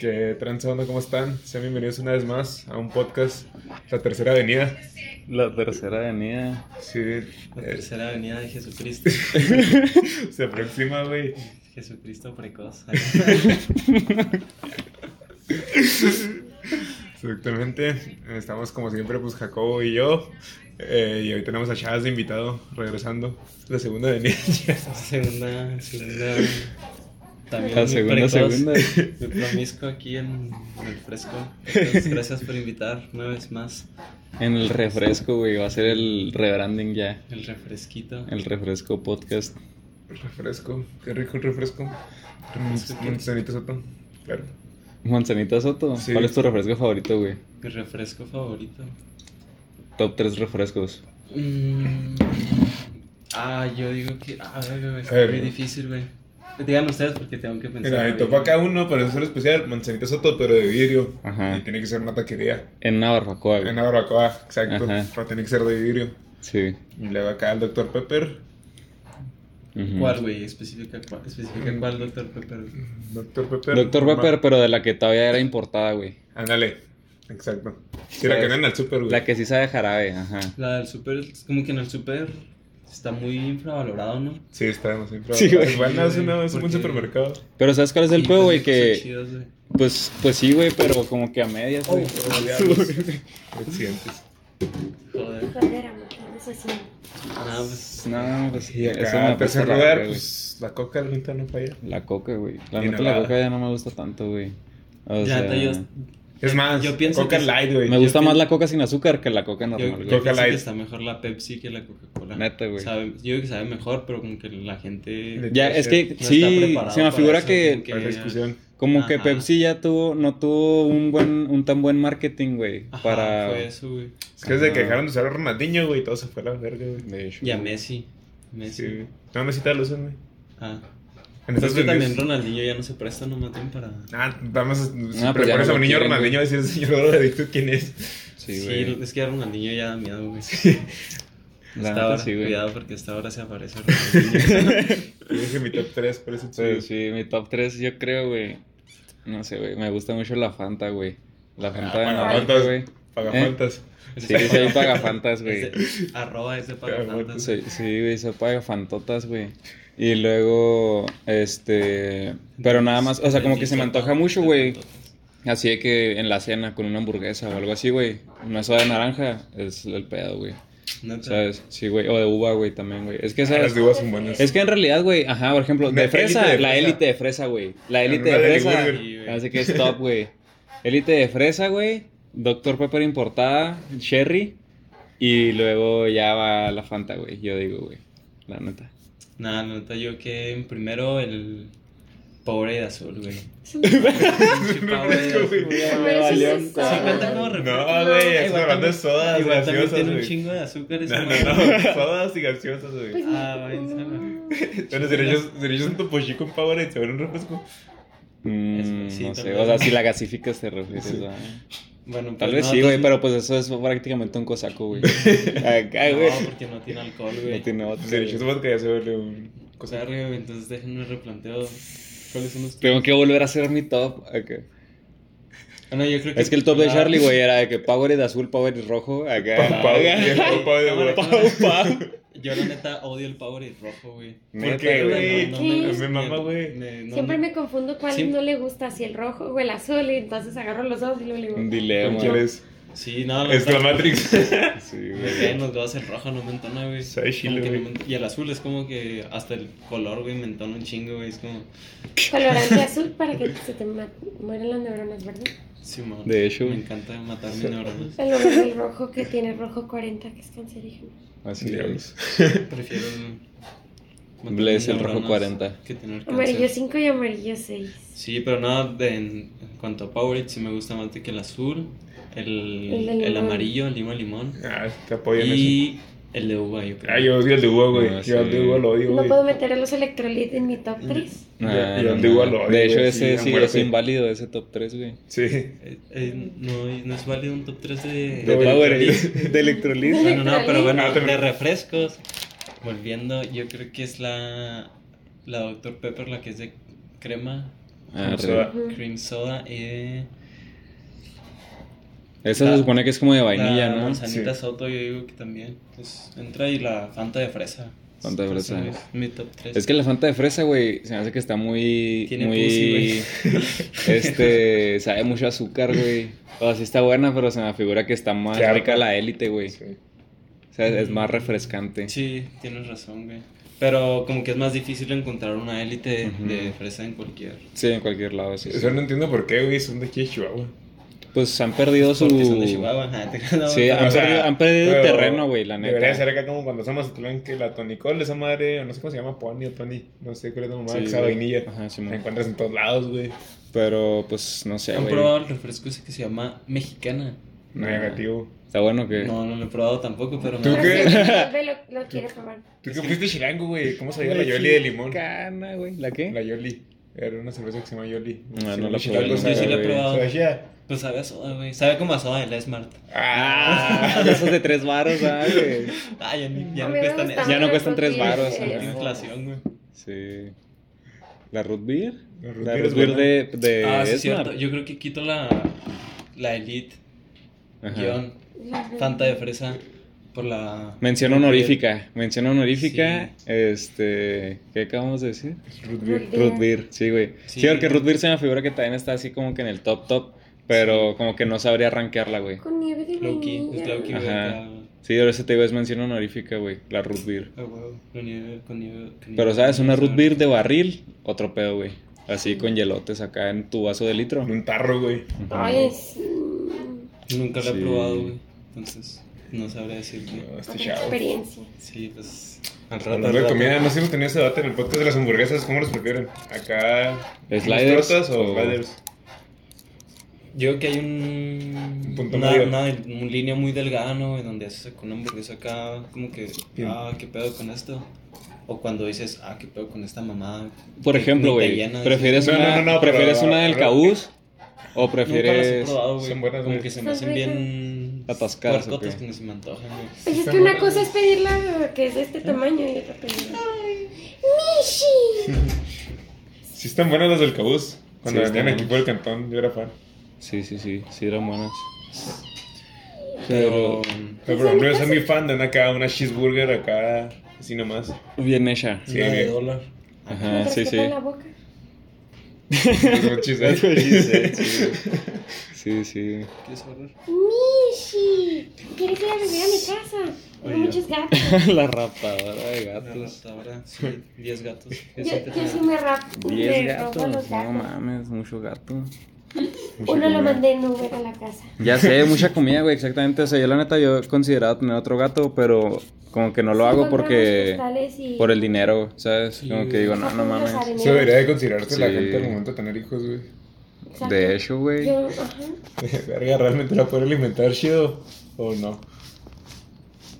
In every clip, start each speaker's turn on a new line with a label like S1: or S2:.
S1: ¿Qué transando? ¿Cómo están? Sean bienvenidos una vez más a un podcast, La Tercera Avenida.
S2: La tercera avenida.
S1: Sí,
S3: La
S1: eh,
S3: tercera venida de Jesucristo.
S1: se aproxima, güey.
S3: Jesucristo precoz.
S1: Exactamente. Estamos como siempre, pues Jacobo y yo. Eh, y hoy tenemos a Chávez de invitado, regresando. La segunda avenida.
S3: segunda, segunda. También
S2: La
S3: muy
S2: segunda, segunda.
S3: Me promisco aquí en el fresco. Entonces, gracias por invitar una vez más
S2: En el refresco, güey. Va a ser el rebranding ya.
S3: el refresquito.
S2: El refresco podcast.
S1: refresco. Qué rico el refresco. Montesanito Soto. Claro.
S2: Manzanita Soto.
S1: Sí.
S2: ¿Cuál es tu refresco favorito, güey?
S3: Mi refresco favorito.
S2: Top 3 refrescos.
S3: Mm, Ah, yo digo que. Ah, güey, es
S1: A
S2: Eh,
S1: ver.
S3: muy difícil, güey. Digan ustedes porque tengo que pensar.
S1: Mira, me
S3: güey.
S1: topa acá uno, pero eso es lo especial. Montesanito Soto, pero de vidrio.
S2: Ajá.
S1: Y tiene que ser una taquería.
S2: En una barbacoa, güey.
S1: En la barbacoa, exacto.
S2: Ajá.
S1: Pero tiene que ser de vidrio.
S2: Sí.
S1: Y luego acá el Dr. Pepper.
S2: Ujú.
S3: ¿Cuál, güey? Especifica cuál,
S2: Mm.
S3: especifica cuál, doctor Pepper. güey.
S1: Dr. Pepper.
S2: Doctor
S1: Ma-
S2: Pepper, pero de la que todavía era importada, güey.
S1: Ándale. Exacto. Sí, la que
S2: ¿Sabes?
S1: venden al super, güey.
S2: La que sí sabe jarabe, ajá.
S3: La del super, como que en el super está muy infravalorado, ¿no?
S1: Sí, está demasiado infravalorado.
S2: Sí, güey.
S1: Igual no es, una, es
S3: ¿Por
S1: un
S3: qué?
S1: supermercado.
S2: Pero ¿sabes cuál es el
S3: Y
S2: pedo, güey?
S3: pues hay cosas
S2: Que,
S3: chidas, güey.
S2: pues, pues sí, güey, pero como que a medias, güey.
S1: Oh, diablos. Accidentes.
S3: Joder.
S4: Joder, amor, no seas así.
S3: Ah, pues,
S2: No, pues
S1: Y
S2: eso
S1: acá,
S2: me
S1: en tercer
S2: apesta la
S1: lugar,
S2: verga, güey.
S1: pues la coca nunca no falla.
S2: La coca, güey. La
S1: Y
S2: neta,
S1: nada.
S2: la coca ya no me gusta tanto, güey. O
S3: ya,
S2: sea,
S3: te- yo,
S1: Es más,
S3: Yo pienso
S1: coca
S3: que-
S1: light, güey.
S2: me gusta
S3: yo
S2: más
S3: pienso-
S2: la coca sin azúcar que la coca
S3: yo-
S2: normal,
S3: yo
S2: güey.
S1: Coca
S3: pienso
S1: Light.
S3: que está mejor la Pepsi que la Coca-Cola.
S2: Neta, güey.
S3: Sabe- yo digo que sabe mejor, pero como que la gente...
S1: Le-
S2: Ya, es que
S3: No está
S2: sí,
S3: preparado
S2: se me
S3: para
S2: figura
S3: eso,
S2: que
S3: como
S1: Para esa discusión.
S2: como que
S3: Ajá.
S2: Pepsi ya tuvo, no tuvo un buen, un tan buen marketing, güey.
S3: Ajá,
S2: Para.
S3: fue eso, güey.
S1: Es que desde que
S2: Ah.
S1: dejaron de usar a Ronaldinho, güey, todo se fue a la verga, güey.
S2: De hecho.
S3: Y a Messi. Messi.
S1: Sí, güey. No, me cita luz, güey.
S3: Ah.
S1: En
S3: Pero es
S1: Estados
S3: que también
S1: Unidos.
S3: Ronaldinho ya no se presta, no maten para...
S1: Ah, vamos.
S2: ya
S1: No, pero por
S2: no
S1: eso
S2: lo
S1: un niño
S2: quieren,
S1: Ronaldinho va a decir, señor drogadicto, ¿quién es?
S2: Sí, güey.
S3: es que a Ronaldinho ya da miedo, güey. Hasta
S2: La neta,
S3: ahora,
S2: sí, güey.
S3: cuidado porque hasta ahora se aparece Ronaldinho.
S1: Yo dije mi top 3, por eso
S2: Pero sí, mi top 3, yo creo, güey. No sé, güey. Me gusta mucho la Fanta, güey.
S3: Ah,
S2: La Fanta
S1: Ah,
S2: de naranja,
S1: Pagafantas,
S2: güey. ¿Eh?
S1: Pagafantas.
S2: Sí, soy pagafantas, güey.
S3: Ese- arroba ese para
S1: Claro,
S3: tantas.
S2: Sí, sí, güey, sopa de fantotas, güey. Y luego, este. Pero nada más, o sea, como que se me antoja mucho, güey. Así de que en la cena con una hamburguesa o algo así, güey. Una soda de naranja es el pedo, güey.
S3: Neta.
S2: ¿Sabes? Sí, güey. O de uva, güey, también, güey. Ah, Es que,
S1: Ah, Las
S2: ¿sabes?
S1: de uvas son buenas.
S2: Es que en realidad, güey, ajá, por ejemplo, de
S1: La élite
S2: fresa,
S1: de
S2: la
S1: fresa.
S2: élite de fresa, güey. La élite de
S1: nueva de
S2: fresa.
S1: Burger.
S3: Sí, güey.
S2: Así que stop, güey. Élite de fresa, güey. Dr. Pepper importada, Sherry. Y luego ya va la Fanta, güey. Yo digo, güey. La neta.
S3: Nada, la neta, yo que en primero el pobre de azul, güey. Pinche Powerade
S1: güey.
S3: azul,
S4: Pero
S3: güey.
S4: eso sí
S2: valió
S4: es
S2: cuenta
S3: Sí, cuenta
S4: soda.
S3: como
S1: No,
S3: refresco.
S1: güey,
S3: Igual
S1: estamos hablando de
S3: también-
S1: sodas
S3: Igual también
S1: gaseosas,
S3: tiene un
S1: güey.
S3: chingo de azúcar ese
S1: No, no,
S3: güey.
S1: no, sodas y gaseosas,
S4: Pues
S1: güey.
S3: Ah, váyanse a la-
S1: Bueno, si le echas- si le echas un topo chico en Power y se abre un refresco.
S2: Mm,
S3: Eso, sí,
S2: no sé.
S3: también.
S2: O sea, si la gasificas te refieres,
S1: Sí.
S2: ¿verdad?
S3: Bueno, pues
S2: Tal vez
S3: no,
S2: sí, güey,
S3: entonces-
S2: pero pues eso es prácticamente un cosaco, güey. Acá, güey.
S3: No, porque no tiene alcohol, güey.
S2: No tiene otra,
S1: Si le echas
S2: güey.
S1: vodka ya se abre un.
S3: O sea, güey, entonces déjenme replanteo cuáles son los...
S2: Tengo que volver a hacer mi top. acá.
S3: Bueno, yo creo que...
S2: Es que el top de
S3: Ah,
S2: Charlie, güey, era de que Power es azul, Power es rojo. Acá.
S1: Pau, pau,
S2: Acá.
S1: viejo, pau de uva.
S3: Cámara, cámara.
S2: pau.
S3: Yo la neta odio el Powerade rojo, güey.
S1: ¿Por
S2: Neta,
S1: qué, güey?
S4: no, no,
S1: A
S4: no,
S1: mí Me mama, güey.
S3: Me- no,
S4: Siempre
S3: no.
S4: me confundo cuál
S3: Sí.
S4: no le gusta, si el rojo o el azul, y entonces agarro los dos y luego le
S2: Un
S4: digo.
S2: dilema.
S1: ¿Quieres?
S3: Sí, no, la
S1: Es
S3: neta,
S1: la Matrix.
S2: Sí,
S3: Me
S2: güey.
S3: caen los dos, el rojo no me entona, güey.
S1: Está
S3: Como
S1: chilo,
S3: que no
S1: güey.
S3: me ent- Y el azul es como que hasta el color, güey, me entona un chingo, güey. Es como...
S4: Colorante azul para que se te ma- mueran las neuronas, ¿verdad?
S3: Simón.
S2: De hecho,
S3: Me
S2: güey.
S3: encanta matar mis neuronas.
S4: El lugar del rojo que tiene rojo 40, que es cancerígeno.
S2: Así es.
S1: Diablos.
S3: Prefiero... matar
S2: Bless
S3: mis
S2: el rojo
S3: neuronas
S2: 40.
S3: Que tener cáncer.
S4: Amarillo 5 y amarillo 6.
S3: Sí, pero nada, de- en, en cuanto a Powerade, sí me gusta más de que el azul, el,
S4: El de
S3: el
S4: limón.
S3: amarillo, el lima limón
S1: Ah, te apoyan eso.
S3: y el de uva, yo creo.
S1: Ah, yo odio el de uva,
S2: Ah,
S1: güey. Yo el
S2: sí.
S1: de uva lo odio,
S4: No
S1: güey.
S4: puedo meter a los electrolitos en mi top 3.
S2: Ah,
S1: Y
S2: no,
S1: donde
S2: no.
S1: igual lo odio,
S2: De hecho,
S1: güey,
S2: ese
S1: sí,
S2: sí
S1: a
S2: es
S1: muerte.
S2: inválido, ese top 3, güey.
S1: Sí.
S3: Eh, eh, no, y no es válido un top 3 de...
S2: De
S3: de-
S2: Power,
S3: de-
S2: de electrolit.
S3: Bueno, no, pero bueno,
S1: Ah, también.
S3: de refrescos. Volviendo, yo creo que es la, la Dr. Pepper, la que es de crema
S2: Ah,
S1: O sea,
S4: Ujú.
S3: Cream soda y
S2: Esa se
S3: la-
S2: supone que es como de vainilla,
S3: la
S2: ¿no?
S3: manzanita
S1: Sí.
S3: soto, yo digo que también. Pues, entra y la Fanta de fresa.
S2: Fanta de
S3: Esos son
S2: fresa.
S3: mis- Mi top 3.
S2: Es que la Fanta de fresa, güey, se me hace que está muy...
S3: Tiene
S2: muy...
S3: pussy,
S2: Este, sabe mucho a azúcar, güey. O sea, sí está buena, pero se me figura que está más
S1: Qué harta.
S2: rica la élite, güey.
S1: sí.
S2: O sea, es más refrescante.
S3: Mm. Sí, tienes razón, güey. Pero como que es más difícil encontrar una élite
S2: Ujú.
S3: de fresa en cualquier.
S2: Sí, en cualquier lado, sí. sí.
S1: Eso no entiendo por qué, güey, son de aquí de Chihuahua.
S2: Pues han perdido su...
S3: Porque son de Chihuahua. ajá, te- no,
S2: Sí,
S3: pero-
S2: han perdido- han perdido
S1: pero
S2: terreno, güey, la neta.
S1: Debería ser acá como cuando somos Mazatlán que la Tonicol, esa madre, no sé cómo se llama, Pony o Tony, no sé cuál es la mamá,
S2: Sí,
S1: que esa
S2: güey.
S1: vainilla.
S2: Ajá, sí,
S1: la
S2: mo-
S1: encuentras en todos lados, güey.
S2: Pero, pues, no sé,
S3: ¿Han
S2: güey.
S3: probado el refresco ese que se llama Mexicana?
S2: Nah.
S1: Negativo.
S2: Está bueno que...
S3: No, no lo he probado tampoco, pero
S1: ¿Tú
S3: me-
S1: qué?
S4: lo, lo quiere tomar.
S1: Tú que fuiste chilango, güey, ¿cómo sabía la Yoli de limón?
S3: ¿eh?
S2: Mexicana, güey. ¿La qué?
S1: La Yoli. Era una cerveza que se llama Yoli.
S2: No,
S1: Sí,
S2: Ah, no la
S1: chilango
S2: probé, no.
S1: sabe,
S3: Yo sí la he
S1: güey.
S3: probado.
S1: ¿Sabe chida?
S3: Pues sabe a soda, güey. Sabe como a soda de la Smart.
S2: Ah, de esos de tres baros, ah, güey.
S3: Ah, ya, ni- ya no
S4: Mm, A mí me
S3: cuestan
S4: gusta
S3: eso.
S2: Ya no
S4: más
S2: cuestan
S4: la
S2: tres
S4: tortilla,
S2: varos,
S4: eh,
S2: ajá.
S3: La inflación, güey.
S2: Sí. ¿La root beer?
S1: La root
S2: La
S1: beer es
S2: root beer
S1: buena.
S2: de, de
S3: Ah, sí, es
S2: Esmar.
S3: cierto. Yo creo que quito la, la Elite,
S2: Ajá.
S3: guión,
S4: la de-
S3: Fanta de fresa por la...
S2: Mención honorífica. Mención honorífica.
S3: Sí.
S2: Este. ¿Qué acabamos de decir?
S1: Root beer.
S4: Beer.
S2: Root beer, sí, güey. Sí,
S3: Sí.
S2: porque root beer se me figura que también está así como que en el top top. Pero como que no sabría rankearla, güey.
S4: Con nieve de
S3: Loki, es
S4: vainilla.
S3: Loki, güey.
S2: Ajá.
S3: acá,
S2: Sí, ahora ese te digo es mención honorífica, güey. La root beer.
S3: a huevo, con nieve, con nieve, con
S2: Pero,
S3: nieve,
S2: ¿sabes?
S3: con
S2: Una
S3: nieve,
S2: root beer de barril, otro pedo, güey. Así con hielotes acá en tu vaso de litro.
S1: En un tarro, güey.
S4: Ay, sí.
S3: Nunca la
S2: Sí.
S3: he probado, güey. Entonces, no sabría decirte.
S1: No, este
S4: Otra
S1: chavo.
S4: experiencia.
S3: Sí, pues... Al rato,
S1: Hablando
S3: al
S1: de
S3: rato.
S1: comida, no sé si hemos tenido ese debate en el podcast de las hamburguesas, ¿cómo los prefieren? Acá,
S2: ¿Sliders
S1: ¿Trotas o
S2: o-
S1: sliders?
S3: Yo creo que hay un,
S1: Un punto
S3: una,
S1: medio.
S3: una, una línea muy delgada, ¿no? En donde haces con una hamburguesa acá, como que,
S1: Bien.
S3: ah, qué pedo con esto. O cuando dices, ah, qué pedo con esta mamada.
S2: Por
S3: que
S2: ejemplo,
S3: ni te
S2: güey,
S3: llena,
S2: ¿prefieres
S1: No,
S2: una,
S1: no, no, no,
S2: ¿prefieres
S1: pero-
S2: una del Caúz o
S3: dices, Nunca las he
S2: prefieres
S3: probado, güey.
S1: son buenas,
S3: como
S1: güey.
S3: que se me hacen bien
S2: Atascadas, ¿o
S3: puercotas
S2: qué?
S3: que no se me antojan, güey.
S4: Pues es
S1: está
S4: que una
S1: buena.
S4: cosa es pedirla que es de este tamaño y otra pedirla. ¡Mishi!
S1: Sí están buenas las del Cabús. Cuando
S2: Sí,
S1: vendían
S2: están
S1: aquí por el cantón, yo era fan.
S2: Sí, sí, sí, sí eran buenas.
S3: Pero,
S2: Pero
S3: mm,
S4: Pues
S1: Pero por ejemplo, yo soy muy fan de una acá, una cheeseburger acá, así nomás.
S2: bien hecha.
S1: Sí,
S3: una de
S1: bien.
S3: dólar.
S2: Ajá, sí, sí.
S4: en la boca.
S1: Con
S2: That's what
S1: cheese,
S2: she
S1: ¿eh?
S2: said, sí. Sí, sí.
S3: ¿Quieres ahorrar?
S4: ¡Mishi! ¿Quiere que la bebé a mi casa? Tengo
S3: Oye.
S4: muchos gatos.
S2: La rapadora de gatos.
S3: Ahora, sí, 10 gatos.
S4: Yo,
S3: Siempre
S4: yo sí
S3: te-
S4: me rap.
S2: Diez
S4: me robo a
S2: gatos,
S4: los
S2: no
S4: gatos.
S2: mames, mucho gato.
S4: Uno lo mandé en Uber a la casa.
S2: Ya sé, mucha comida, güey, exactamente. O sea, yo la neta, yo consideraba tener otro gato, pero como que no lo hago porque... Por el dinero, ¿sabes? Como que digo, no, no mames.
S1: Eso debería de considerarse la
S2: Sí.
S1: gente al momento de tener hijos, güey.
S2: De hecho, güey.
S4: Yo, ajá.
S1: Verga, ¿realmente la pueden alimentar chido o no?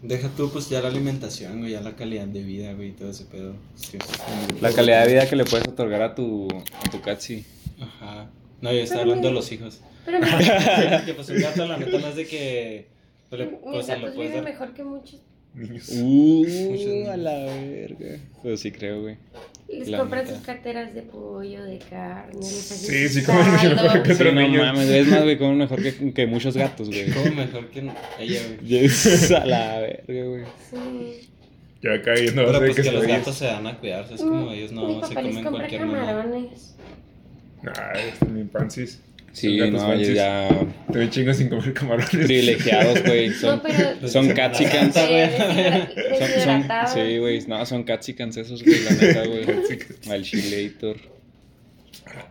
S3: Deja tú, pues ya la alimentación, güey, ya la calidad de vida, güey, y todo ese pedo. Sí, sí.
S2: La calidad de vida que le puedes otorgar a tu, a tu catsi.
S3: Ajá. No, yo estaba hablando de los hijos.
S4: Pero mi
S3: que pues un gato, la neta, no es de que. pues, le-
S4: mi
S3: o sea, lo
S4: gatos
S3: puedes
S4: viven
S3: dar.
S4: mejor que muchos.
S1: Niños.
S2: Uh, a la verga. Pues sí creo, güey.
S4: Les
S2: La
S4: compran
S2: neta.
S4: sus carteras de pollo, de carne, les hacen
S1: Sí, sí,
S4: sus
S1: como que
S4: caldos.
S1: mejor que
S2: Sí,
S1: otros
S2: no
S1: niños.
S2: mames, güey. Es más, güey, como mejor que, que muchos gatos, güey.
S3: Como mejor que ella, güey.
S2: Yes, a la verga, güey.
S4: Sí.
S1: Yo acá yendo a
S3: Pero
S1: ver
S3: pues
S1: qué
S3: que
S1: se
S3: los
S1: veía.
S3: gatos se dan a cuidarse, es como ellos
S4: Mm, Uh, Mi
S3: no se
S4: papá les
S3: comen
S4: compra
S3: cualquier mamá.
S4: camarones.
S1: Ay, mi pansis.
S2: Sí,
S1: Los gatos
S2: no,
S1: pansis.
S2: ya
S1: Te ven chingo sin comer camarones.
S2: privilegiados, güey. Son,
S4: No, pero-
S2: son catsicans.
S4: Sí,
S3: Está bueno.
S4: deshidra-
S2: Son, son,
S4: deshidratados.
S2: sí, güey, no, son catsicans esos, güey, la neta, güey. Al chileator.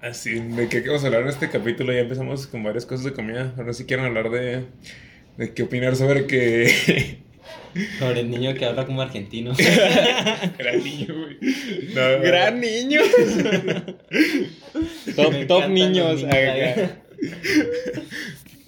S1: Así, ¿de qué vamos a hablar en este capítulo? Ya empezamos con varias cosas de comida. Ahora sí quieren hablar de, de qué opinar sobre que
S3: Sobre el niño que habla como argentino.
S1: era niño, güey. No,
S2: niño. top, top
S3: encantan
S2: niños.
S3: los niños,
S2: acá.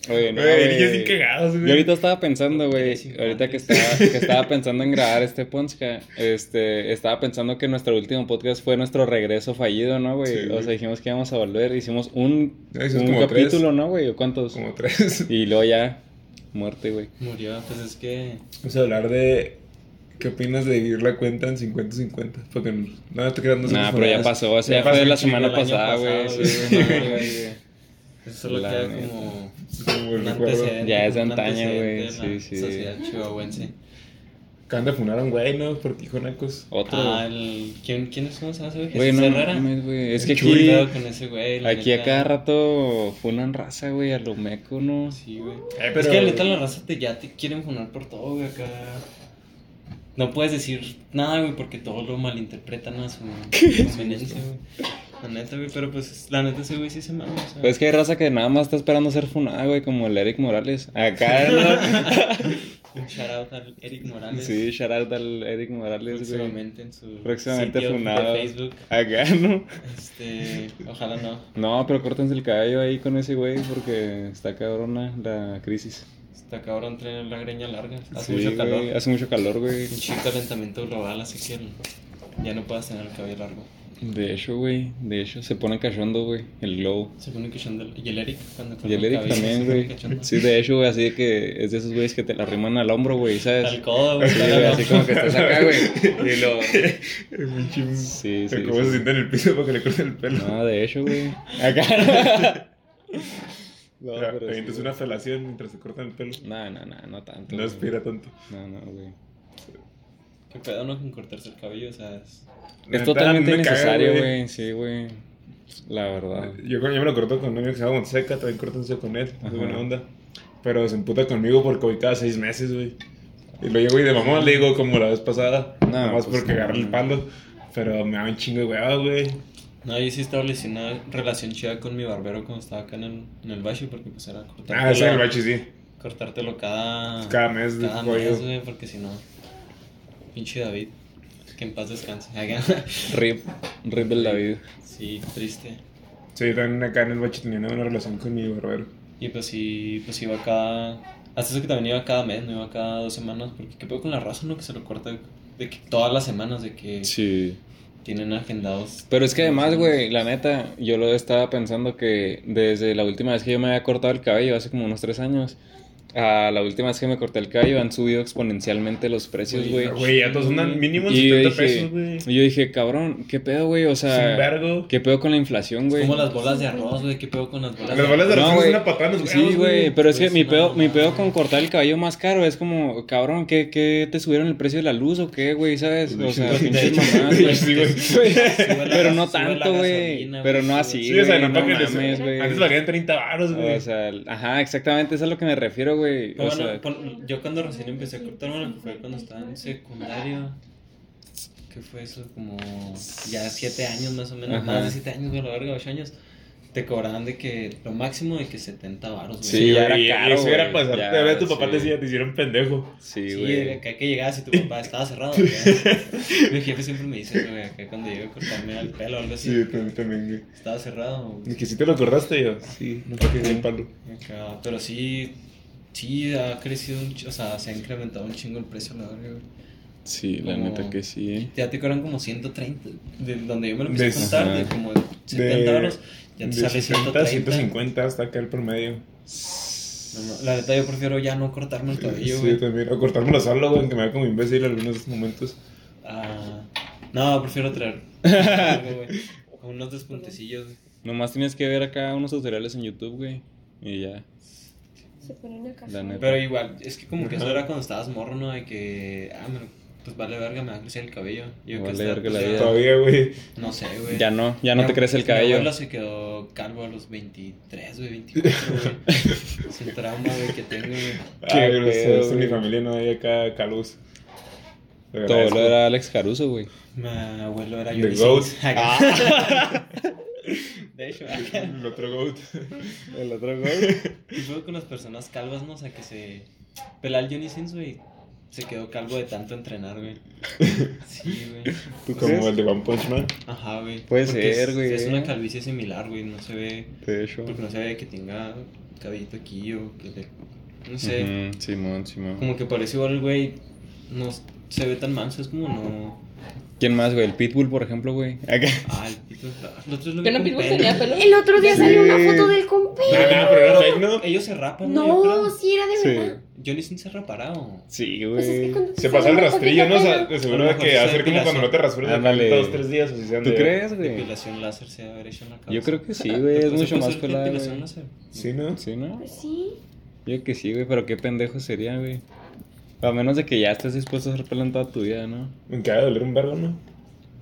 S2: Oye, no, eh,
S1: Güey,
S2: güey.
S1: niños bien cagados, güey.
S2: Yo ahorita estaba pensando, güey,
S3: Eres infantil.
S2: ahorita que estaba, que estaba pensando en grabar este Ponska, este, estaba pensando que nuestro último podcast fue nuestro regreso fallido, ¿no, güey?
S1: Sí,
S2: o
S1: güey.
S2: sea, dijimos que íbamos a volver, hicimos un,
S1: Ya hicimos
S2: un
S1: como tres.
S2: capítulo, ¿no, güey? ¿O cuántos?
S1: Como tres.
S2: Y luego ya, muerte, güey.
S3: Murió, pues es que.
S1: Vamos a hablar de ¿Qué opinas de dividir la cuenta en 50-50? Porque no, no te creas, no
S2: Nah,
S1: somos
S2: pero ya
S1: fans.
S2: pasó, o sea, ya
S3: Ya
S2: fue
S3: pasó
S2: la
S3: un chingo
S2: semana
S3: el año
S2: pasada, güey.
S3: pasado,
S2: sí,
S3: güey.
S2: no mames,
S3: Eso solo
S2: La
S3: queda
S2: neta.
S3: como
S1: Como el
S3: un
S1: recuerdo.
S3: antecedente.
S2: Ya es de
S3: un
S2: antaño,
S3: antecedente
S2: güey,
S3: en la
S2: sí, sí.
S3: Sociedad chihuahuense.
S1: Acaban de funar a un güey, ¿no? Porque dijo nacos.
S2: Otro.
S3: Ah, el... ¿Quién, ¿Quién es cómo se llama ese güey?
S2: Güey,
S3: Jesús
S2: no
S3: Herrera.
S2: mames, güey. Es que
S3: Mucho cuidado
S2: aquí,
S3: con ese güey. la
S2: aquí a
S3: neta.
S2: cada rato funan raza, güey, a lo meco, ¿no?
S3: Sí, güey.
S1: Eh,
S3: Pero es
S1: pero-
S3: que la neta la raza te, ya te quieren funar por todo, güey, acá. No puedes decir nada, güey, porque todo lo malinterpretan a su conveniencia, güey. La neta, güey, pero pues la neta ese güey sí se mama, o sea.
S2: Pues es que hay raza que nada más está esperando ser funada, güey, como el Eric Morales. Acá, ¿no?
S3: Un shout out al Eric Morales.
S2: sí, shout out al Eric Morales, güey.
S3: próximamente en su
S2: Próximamente
S3: sitio
S2: funado.
S3: de Facebook.
S2: Acá, ¿no?
S3: Este, ojalá no.
S2: No, pero córtense el cabello ahí con ese güey porque está cabrona la crisis.
S3: Está cabrón tener la greña larga. Hace
S2: Sí,
S3: mucho
S2: güey,
S3: calor.
S2: Hace mucho calor, güey.
S3: Un chico calentamiento global, así que ya no puedas tener el cabello largo.
S2: De hecho, güey. De hecho, se pone cachondo, güey. El globo.
S3: Se pone cachondo. el- Y el Eric, cuando
S2: Y
S3: corta
S2: el Eric
S3: cabello, se
S2: también,
S3: pone
S2: güey.
S3: cachondo.
S2: Sí, de hecho, güey, así de que es de esos güeyes que te la arriman al hombro, güey, ¿sabes?
S3: Al codo, güey.
S2: Sí,
S3: al
S2: güey,
S3: hombro.
S2: así como que estás acá, güey. Y lo...
S1: El pinche.
S2: Sí, sí,
S1: ¿Cómo se
S2: sí.
S1: sienta en el piso para que le corten el pelo?
S2: No, de hecho, güey. Acá. No,
S1: Ya,
S2: pero
S1: te
S2: sí,
S1: avientas
S2: güey.
S1: una felación mientras te cortan el pelo.
S2: No, no, no, no tanto.
S1: No
S2: güey.
S1: aspira tanto.
S2: No, no, güey.
S3: Qué pedo, ¿no? Con cortarse el cabello, o sea. es-
S1: La neta,
S2: Es totalmente
S1: me caga,
S2: necesario, güey. Sí, güey. La verdad.
S1: Yo, cuando- yo me lo corto con un amigo que se llama Monseca, también cortense con él, es
S2: Ajá.
S1: buena onda. Pero se emputa conmigo porque voy cada seis meses, güey. Y lo llego y de mamón le digo como la vez pasada,
S2: No,
S1: nada más
S2: pues
S1: porque
S2: no,
S1: agarré el
S2: no.
S1: palo. Pero me da un chingo de hueva, güey.
S3: No, yo sí establecí una relación chida con mi barbero cuando estaba acá en el, en el bache, porque pues era cortártelo,
S1: Ah, ese es el bache, sí. Pues
S3: cortártelo
S2: Ah,
S3: cada,
S1: Cada mes,
S3: cada
S1: digo yo.
S3: mes, güey, porque si no, pinche David, que en paz descanse.
S2: Rip. Rip el David.
S3: sí, triste.
S1: Sí, yo también acá en el bache tenía una buena relación con mi barbero.
S3: Y pues sí, pues iba cada. Hasta eso que también iba cada mes, no iba cada dos semanas, porque qué pedo con la raza, ¿no? Que se lo corta de que todas las semanas, de que
S2: Sí.
S3: tienen agendados.
S2: Pero es que además, güey, la neta, yo lo estaba pensando que desde la última vez que yo me había cortado el cabello, hace como unos tres años, a la última vez que me corté el cabello, han subido exponencialmente los precios,
S3: Güey,
S2: güey.
S1: Pero, Güey, ya todos andan mínimo en
S2: Y yo
S1: 70
S2: dije,
S1: pesos, güey. Es
S2: y yo dije, cabrón, ¿qué pedo, güey? O
S1: un
S2: sea,
S1: vergo.
S2: ¿qué pedo con la inflación, güey?
S3: Como las bolas de arroz, güey, qué pedo con las bolas
S1: Las bolas de
S2: No,
S1: arroz
S2: güey.
S1: es una patada en los
S2: Sí,
S1: huevos,
S2: güey, pero es que
S3: Pues,
S2: mi
S3: no,
S2: pedo, mi
S3: no.
S2: pedo con cortar el cabello más caro es como, cabrón, ¿qué, qué te subieron el precio de la luz o qué, güey? ¿Sabes? O sea,
S1: Sí,
S2: pinches
S1: sí,
S2: mamadas,
S1: sí,
S2: güey.
S1: sí, güey.
S2: Pero no tanto, güey. Pero no así,
S1: Sí, o sea,
S2: güey,
S1: no para que les-
S2: mames, güey.
S1: Antes valían 30 baros, güey.
S2: O sea, el- ajá, exactamente, eso es a lo que me refiero, güey.
S3: Pero
S2: O
S3: bueno,
S2: sea,
S3: cuan- yo cuando recién empecé a cortar, bueno, que fue cuando estaba en secundaria, que fue eso, como ya siete años más o menos,
S2: Ajá.
S3: más de siete años, güey, a la verga, ocho años, te cobraban de que lo máximo de que 70 baros, güey.
S2: Sí, ya era
S1: güey,
S2: caro,
S1: Eso era
S2: güey,
S1: pasar.
S2: ya,
S1: a ver, tu papá
S2: sí.
S1: te decía, te hicieron pendejo.
S2: sí,
S3: Sí,
S2: güey.
S3: acá que llegabas y tu papá estaba cerrado. güey. Mi jefe siempre me dice, güey, acá cuando llego a cortarme el pelo o algo así,
S1: Sí, también, también, güey.
S3: estaba cerrado. güey.
S1: Y que si te lo acordaste yo. Sí. No fue que di el palo.
S3: Acá, pero sí, sí ha crecido, un ch- o sea, se ha incrementado un chingo el precio, la verga, güey.
S2: Sí, la
S3: Como-
S2: neta que sí, eh.
S3: Ya te cobran como 130. De donde yo me lo empecé
S1: De-
S3: a contar,
S2: ajá.
S3: de como 70
S1: De-
S3: euros, ya te
S1: De
S3: sale
S1: 60,
S3: 130.
S1: 150 hasta acá el promedio.
S3: No, no, la neta, yo prefiero ya no cortarme el cabello,
S1: Sí,
S3: güey.
S1: yo también. O cortármelo solo, güey, que me da como imbécil en algunos momentos.
S3: Ah, no, prefiero traer algo, güey. Con unos despuntecillos, güey.
S2: Nomás tienes que ver acá unos tutoriales en YouTube, güey. Y ya.
S4: Se pone una
S2: La neta.
S4: casa.
S3: Pero igual, es que como que eso
S1: Ajá.
S3: era cuando estabas morro, ¿no? De que, ah, me lo- pues vale verga, me va a crecer el cabello. Y yo
S2: Vale
S3: que hasta,
S2: verga
S3: pues,
S2: la
S3: ya-
S2: vida.
S1: Todavía, güey.
S3: No sé, güey.
S2: Ya no, ya no te crece el
S3: Mi
S2: cabello.
S3: abuelo se quedó calvo a los 23, güey, 24, güey. es un trauma, güey, que tengo, güey.
S1: Qué
S2: pedo,
S1: grosero.
S2: güey.
S1: este, Mi familia no hay acá caluz. Lo
S2: Todo
S1: agradezco.
S2: lo era Alex Caruso, güey.
S3: Mi abuelo era
S1: The
S3: Johnny
S1: Goat.
S3: Sins.
S2: Ah.
S3: Acá. De hecho, acá.
S1: El otro goat.
S2: El otro güey.
S3: Y luego con las personas calvas, ¿no? O sea, que se. Pelá el Johnny Sins, güey. Se quedó calvo de tanto entrenar, güey. Sí, güey.
S1: Tú
S2: ¿Crees?
S1: como el de One Punch Man.
S3: Ajá, güey.
S2: Puede
S3: Porque
S2: ser,
S3: es-
S2: güey.
S3: Es una calvicie similar, güey. No se ve.
S2: De hecho.
S3: Porque no se ve que tenga cabellito aquí o que le. No sé.
S2: Ujú, Simón, Simón.
S3: Como que parece igual el güey. No s- se ve tan manso, es como no.
S2: ¿Quién más, güey? El Pitbull, por ejemplo, güey. Acá.
S3: Ah, el pito. El otro es lo
S5: Pero
S3: que
S5: no Pitbull tenía pelo.
S4: El otro día salió una foto del compi.
S1: No, no, pero era
S4: Ay,
S2: ¿no?
S3: Ellos se rapan, ¿no? Yo
S4: No,
S3: creo.
S4: sí era de
S2: Sí.
S4: verdad.
S3: Johnny Sin se rapará, ¿o?
S2: Sí,
S4: Pues es que
S2: güey.
S4: cuando
S1: Se pasa el
S4: llama
S1: rastrillo, ¿no? O sea,
S4: poquito
S1: de
S3: A
S1: seguro
S3: lo
S1: de
S3: mejor
S1: que
S3: se
S1: hacer como
S3: depilación.
S1: cuando no te rasuras de
S2: Ándale.
S1: dos, tres días. Así sean
S2: ¿Tú
S1: de-
S2: crees, güey?
S3: Depilación láser se debe haber hecho en la cabeza.
S2: Yo creo que sí, güey.
S3: ¿Te
S2: Es
S3: puedes
S2: mucho más
S3: hacer
S2: pelada, güey.
S3: depilación
S2: Eh,
S3: láser?
S1: Sí, ¿no?
S2: Sí,
S4: pelo.
S2: ¿no?
S4: Pues sí.
S2: Yo que sí, güey, pero qué pendejo sería, güey. A menos de que ya estés dispuesto a hacer pelo en toda tu vida, ¿no?
S1: Aunque ha de doler un verbo, ¿no?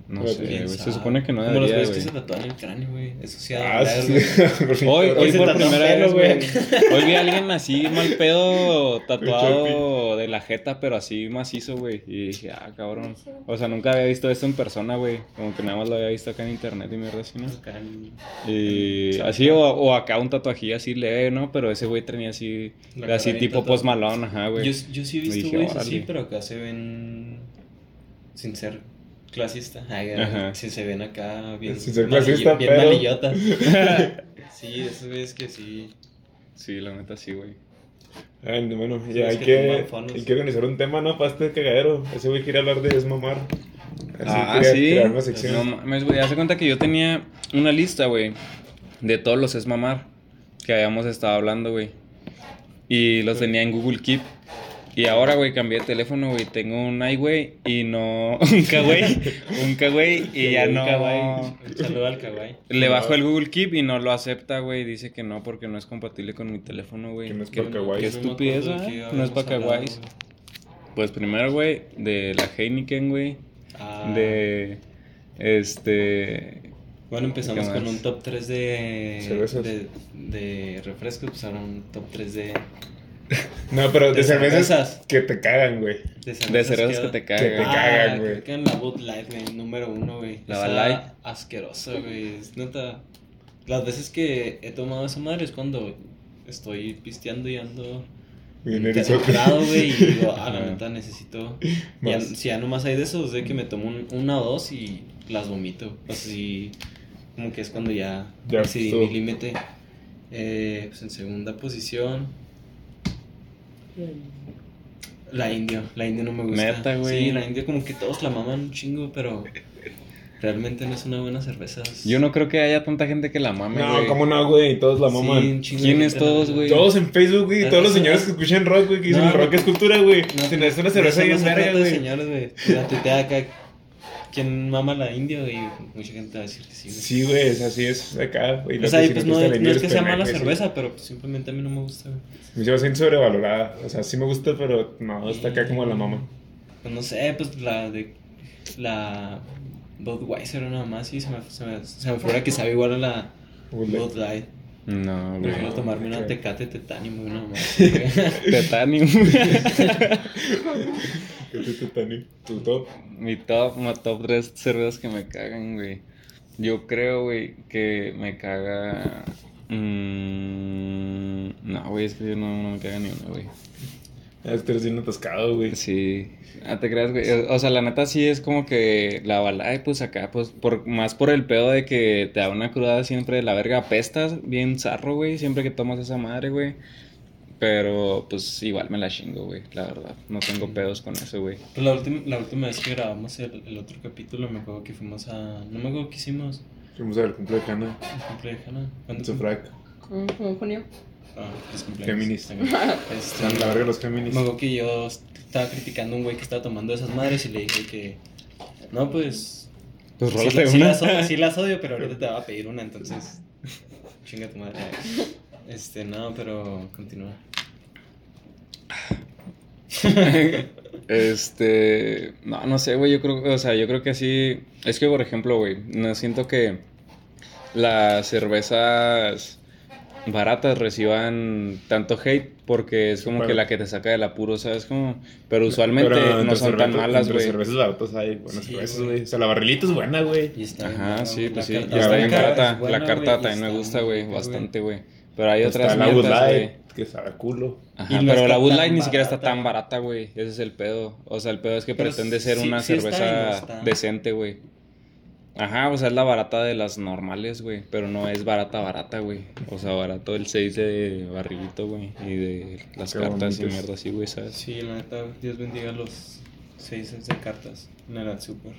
S2: No
S1: Pero
S2: sé,
S1: quién
S2: güey.
S3: ¿Quién
S2: Se
S3: sabe?
S2: supone que no
S3: Como los
S2: debería,
S3: güeyes que
S2: güey.
S3: se tatúan el cráneo, güey. Eso sí ha
S1: Ah,
S3: de doler,
S1: sí.
S3: güey.
S2: Hoy, hoy
S3: se
S2: por
S3: tatúan
S2: primera
S3: pelos,
S2: vez, güey.
S3: güey.
S2: Hoy vi a alguien así mal pedo, tatuado de la jeta, pero así macizo, güey. Y dije, ah, cabrón. O sea, nunca había visto esto en persona, güey. Como que nada más lo había visto acá en internet y mierda así, ¿no?
S3: Acá en-
S2: Y así, o, o acá un tatuajillo así leve, ¿no? Pero ese güey tenía así,
S3: La cara
S2: así
S3: bien
S2: tipo
S3: tatuada.
S2: post malón, ajá, güey.
S3: Yo, yo sí he visto
S2: dije,
S3: güeyes así,
S2: "Órale".
S3: pero acá se ven sin ser clasista. Ay,
S2: Ajá.
S3: Si se ven acá bien,
S1: Sin ser clasista,
S3: malillo- bien
S1: pero-
S3: malillotas. sí, esos güeyes que sí.
S2: Sí, la neta sí, güey.
S1: Ay, no, bueno,
S3: Sí,
S1: ya
S3: es
S1: hay
S3: que
S1: que,
S3: tumban fonos.
S1: hay que organizar un tema, ¿no? Para este cagadero. Ese güey quiere hablar de desmamar. Así
S2: Ah,
S1: quería
S2: sí.
S1: crear una
S2: No
S1: sección.
S2: mames, güey. Hace cuenta que yo tenía una lista, güey, de todos los es mamar que habíamos estado hablando, güey. Y los tenía en Google Keep. Y ahora, güey, cambié de teléfono, güey. Tengo un i, güey, y no. Un k, güey. Un k, güey, y ya
S3: Un
S2: no.
S3: kawaii. Un saludo al kawaii.
S2: Le bajo el Google Keep y no lo acepta, güey. Dice que no, porque no es compatible con mi teléfono, güey.
S1: Que no es
S2: Que-
S1: pa' kawaii.
S2: Qué
S1: Yo
S3: No me
S2: estupidez,
S3: acuerdo de qué
S2: ¿verdad? No es
S3: habíamos
S2: para
S3: hablado,
S2: kawaiis.
S3: güey.
S2: Pues primero, güey, de la Heineken, güey.
S3: Ah,
S2: De. Este.
S3: Bueno, empezamos
S2: ¿Qué
S3: con
S2: más?
S3: un top 3 de,
S1: Cervezas.
S3: de, de refrescos, pues ahora un top 3 de,
S1: No, pero de,
S3: de
S1: cervezas,
S3: cervezas.
S1: que te cagan, güey.
S3: de cervezas.
S2: De cervezas que
S3: da-
S2: te
S1: que te
S2: cagan.
S1: cagan,
S3: ah,
S1: güey.
S3: que te cagan la Bud Light, güey, número uno, güey.
S2: La
S3: Esa
S2: Bud Light.
S3: Asquerosa, güey. Es neta. Las veces que he tomado esa madre es cuando estoy pisteando y ando.
S1: Bien erizote.
S3: Desesperado, güey, y digo, ah, la
S2: Ajá.
S3: neta necesito. Ya,
S1: Más.
S3: si ya nomás hay de esos, de que me tomo un- una o dos y las vomito. Así, como que es cuando ya,
S1: Ya,
S3: decidí
S1: estuvo.
S3: mi límite. Eh, pues en segunda posición. La indio, la indio no me gusta.
S2: Neta, güey.
S3: Sí, la indio como que todos la maman un chingo, pero realmente no es una buena cerveza. es-
S2: Yo no creo que haya tanta gente que la mame,
S1: No,
S2: güey.
S1: cómo no, güey. Todos la
S3: Sí,
S1: maman.
S3: un chingo de
S2: ¿Quiénes
S3: gente la
S2: todos,
S3: mama.
S2: güey?
S1: Todos en Facebook, güey.
S3: La
S1: Todos los
S3: raza-
S1: señores que escuchan rock, güey, que dicen
S3: No,
S1: el rock
S3: no.
S1: es cultura, güey.
S3: No,
S1: si no es una cerveza,
S3: de
S1: ya es
S3: eso no se
S1: verga,
S3: trata,
S1: güey.
S3: señores, güey. La tuitea acá. ¿Quién mama la India? Y mucha gente va a decir que sí, güey.
S1: Sí, güey, es así, es acá, güey.
S3: o
S1: Lo
S3: sea,
S1: que
S3: y
S1: sí
S3: pues
S1: me
S3: no,
S1: gusta de la
S3: no
S1: India
S3: es que sea
S1: penal,
S3: mala
S1: güey, sí.
S3: cerveza, pero pues, simplemente a mí no me gusta, güey.
S1: Me siento siento sobrevalorada. O sea, sí me gusta, pero no, está acá como la mamá.
S3: Pues no sé, pues la de. La. Budweiser nada más, sí, se me, se me, se me fuera que sabe igual a la
S1: Pues,
S3: Bud Light.
S2: No, güey.
S3: Prefiero
S1: No,
S3: tomarme
S1: ok.
S3: una tecate tetánimo, güey, nada más. güey.
S2: Titanium.
S1: ¿Qué te Titanic? ¿Tu top?
S2: Mi top, mi top 3 cervezas que me cagan, güey. Yo creo, güey, que me caga. mm, No, güey, es que yo no, no me caga ni una, güey.
S1: Ah, este eres bien atascado, güey.
S2: Sí. Ah, te creas, güey. O sea, la neta sí es como que la balada, y pues acá, pues, por, más por el pedo de que te da una cruda siempre de la verga, apestas bien zarro, güey, siempre que tomas esa madre, güey. Pero, pues, igual me la chingo, güey, la verdad. No tengo pedos con eso, güey.
S3: Pues la última, la última vez que grabamos el, el otro capítulo, me acuerdo que fuimos a. No me acuerdo qué hicimos.
S1: Fuimos a ver el cumple de Hanna.
S3: El cumple de Hannah. ¿Cuándo
S1: En su
S3: fue?
S1: frac.
S4: Ujú, Junio.
S3: Ah, feliz
S1: Géminis.
S3: cumpleaños. Ok. Este,
S1: Están la verga los
S3: me
S1: Géminis.
S3: acuerdo que yo estaba criticando a un güey que estaba tomando esas madres y le dije que. No, pues.
S2: Pues,
S3: sí,
S2: rólate
S3: sí
S2: una.
S3: las odio, sí las odio, pero ahorita te va a pedir una, entonces. Chinga tu madre. Este, no, pero continúa.
S2: Este, no, no sé, güey, yo creo, o sea, yo creo que sí, es que por ejemplo, güey, no siento que las cervezas baratas reciban tanto hate porque es como
S1: Bueno.
S2: que la que te saca del apuro, ¿sabes? Como, pero usualmente
S1: Pero
S2: no
S1: entre
S2: son tan
S1: cervezas-
S2: malas,
S1: entre
S2: güey.
S1: cervezas baratas hay buenas
S3: Sí,
S1: cervezas,
S3: güey.
S1: güey. O sea, la barrilita es buena, güey.
S3: Y está bien
S2: Ajá,
S3: barata,
S2: sí,
S3: güey,
S2: pues sí,
S3: la
S2: y
S3: carta-
S1: la
S2: está bien
S1: carta
S2: barata,
S3: es buena,
S2: la
S3: güey,
S2: carta
S3: y
S2: también me
S3: está
S2: gusta,
S3: muy
S2: güey,
S3: rica,
S2: bastante, güey. Pero hay
S1: Pues Está
S2: otras
S1: la Bud
S2: mierdas, güey.
S1: Light, que sabe a culo.
S2: Ajá,
S3: Y no
S2: pero
S3: está
S2: la Bud
S3: tan
S2: Light ni siquiera está
S3: barata.
S2: tan barata, güey. Ese es el pedo. O sea, el pedo es que
S3: Pero
S2: pretende ser
S3: sí-
S2: una
S3: sí está y no
S2: cerveza
S3: está.
S2: decente, güey. Ajá, o sea, es la barata de las normales, güey. Pero no es barata, barata, güey. O sea, barato el 6 de barrilito, güey. Y de las
S1: Qué
S2: cartas y
S1: bonitos.
S2: mierda así, güey, ¿sabes?
S3: Sí, la neta, Dios bendiga los seis sets de cartas en el super.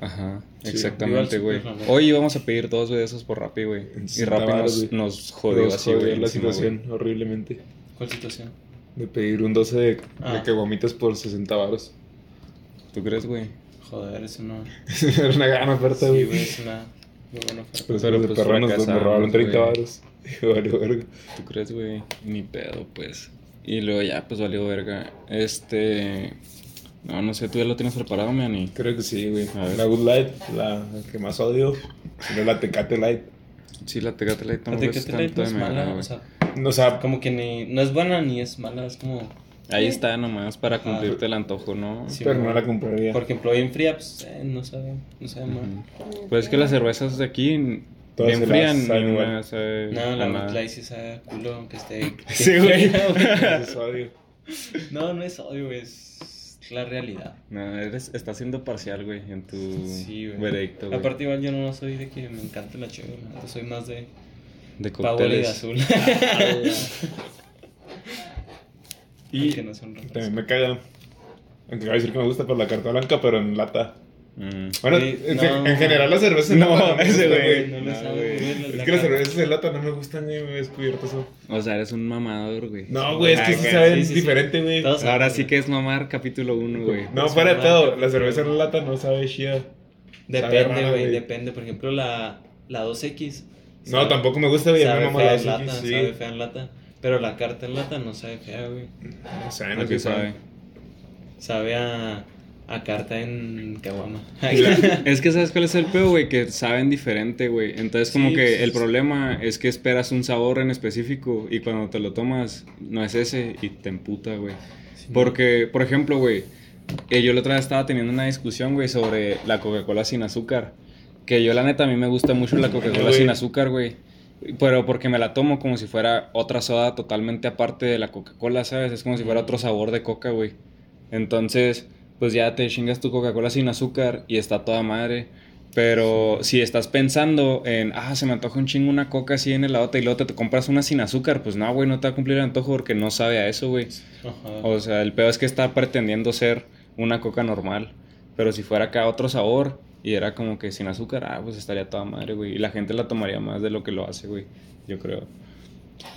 S2: Ajá,
S1: Sí,
S2: exactamente,
S3: viva
S2: güey.
S3: el Super,
S2: Hoy íbamos a pedir dos güey, de esos por Rappi, güey. Y
S1: 60
S2: Rappi
S1: varos,
S2: nos,
S1: güey.
S2: nos jodió
S1: Nos
S2: así,
S1: jodió
S2: güey.
S1: la
S2: encima, güey.
S1: situación horriblemente.
S3: ¿Cuál situación?
S1: De pedir un 12 de,
S3: Ah.
S1: de caguamitas por 60 varos.
S2: ¿Tú crees, güey?
S3: Joder, es una.
S1: Era una gran oferta,
S3: Sí,
S1: güey.
S3: güey, es una muy buena oferta.
S1: Pero,
S2: Pero,
S1: de
S2: pues,
S1: perro nos, nos
S2: fracasamos,
S1: robaron 30
S2: güey.
S1: varos. Dijo, vale, verga.
S2: ¿Tú crees, güey? Ni pedo, pues. Y luego ya, pues valió verga. Este. No, no sé, tú ya lo tienes preparado, Manny.
S1: Creo que sí, güey.
S2: A ver.
S1: La Good Light, la que más odio. Si no, la Tecate Light.
S2: Sí, la Tecate Light
S3: La
S2: tampoco es
S3: Tecate Light
S2: tanto
S3: no
S2: de
S3: es
S2: mala,
S3: mala,
S2: güey.
S3: o sea,
S1: O sea,
S3: como que ni, no es buena ni es mala, es como,
S2: Ahí está nomás para
S3: Ajá.
S2: cumplirte el antojo, ¿no?
S3: Ah. Sí.
S1: pero no la compraría.
S3: por ejemplo, bien fría, pues eh, no sabe, no sabe mal.
S2: Pues es que las cervezas de aquí
S1: Todas
S2: bien
S1: se las
S2: frías
S1: saben
S2: ni
S1: igual.
S2: una sabe
S3: No, la
S2: a
S3: Bud
S2: nada.
S3: Light sí sabe a culo, aunque esté.
S2: Sí, güey.
S1: Entonces, odio.
S3: No, no es odio, güey, es la realidad.
S2: No, eres, estás siendo parcial, güey, en tu
S3: Sí, güey.
S2: veredicto, güey.
S3: Aparte, igual yo no soy de que me encanta la chévere, la neta, soy más de
S2: de
S3: pavola y de
S2: cócteles.
S3: azul.
S1: Ah, Y
S3: que no son raras.
S1: También me caga. Aunque voy a decir que me gusta por la carta blanca, pero en lata.
S2: Mm.
S1: Bueno,
S3: Sí,
S1: en,
S3: no.
S1: en general las cervezas en
S2: No,
S1: lata me
S2: ese
S1: gustan,
S2: güey.
S3: No
S2: No,
S3: le sabe,
S2: güey.
S3: güey. la-
S1: Es
S3: la
S1: que las
S3: cara-
S1: cervezas en lata no me gustan, güey. Me he descubierto eso.
S2: O sea, eres un mamador, güey.
S1: No, güey, es que
S3: Ah,
S1: sí
S3: güey,
S1: saben
S3: sí, sí, sí.
S1: diferente, güey.
S3: Todos saben,
S2: Ahora
S3: güey.
S2: sí que es mamar capítulo 1, güey.
S1: No,
S3: Es
S1: fuera de
S3: verdad.
S1: todo, la cerveza en lata no sabe chida. Sabe
S3: Depende,
S1: rara,
S3: güey,
S1: güey.
S3: depende. Por ejemplo, la, la 2X.
S1: No,
S3: sabe-
S1: tampoco me gusta, güey. a mí
S3: Sabe
S1: me
S3: fea
S1: mama
S3: en
S1: la
S3: lata,
S1: sí.
S3: sabe fea en lata. Pero la carta en lata no sabe fea, güey.
S1: No saben
S2: ¿A
S1: lo
S2: qué
S1: que
S2: sabe?
S1: sabe.
S3: Sabe a, a carta en Caguama.
S2: Es que sabes cuál es el peo, güey, que saben diferente, güey. Entonces como
S3: Sí,
S2: que
S3: sí,
S2: el
S3: sí.
S2: problema es que esperas un sabor en específico y cuando te lo tomas no es ese y te emputa, güey. Porque, por ejemplo, güey, eh, yo la otra vez estaba teniendo una discusión, güey, sobre la Coca-Cola sin azúcar. Que yo, la neta, a mí me gusta mucho la Coca-Cola
S1: güey.
S2: sin azúcar, güey. Pero porque me la tomo como si fuera otra soda totalmente aparte de la Coca-Cola, ¿sabes? Es como si fuera otro sabor de coca, güey. Entonces, pues ya te chingas tu Coca-Cola sin azúcar y está toda madre. Pero si estás pensando en, ah, se me antoja un chingo una coca así en el lado y luego te, te compras una sin azúcar, pues no, güey, no te va a cumplir el antojo porque no sabe a eso, güey.
S3: Ajá.
S2: O sea, el peor es que está pretendiendo ser una coca normal. Pero si fuera acá otro sabor y era como que sin azúcar, ah, pues estaría toda madre, güey. Y la gente la tomaría más de lo que lo hace, güey. Yo creo.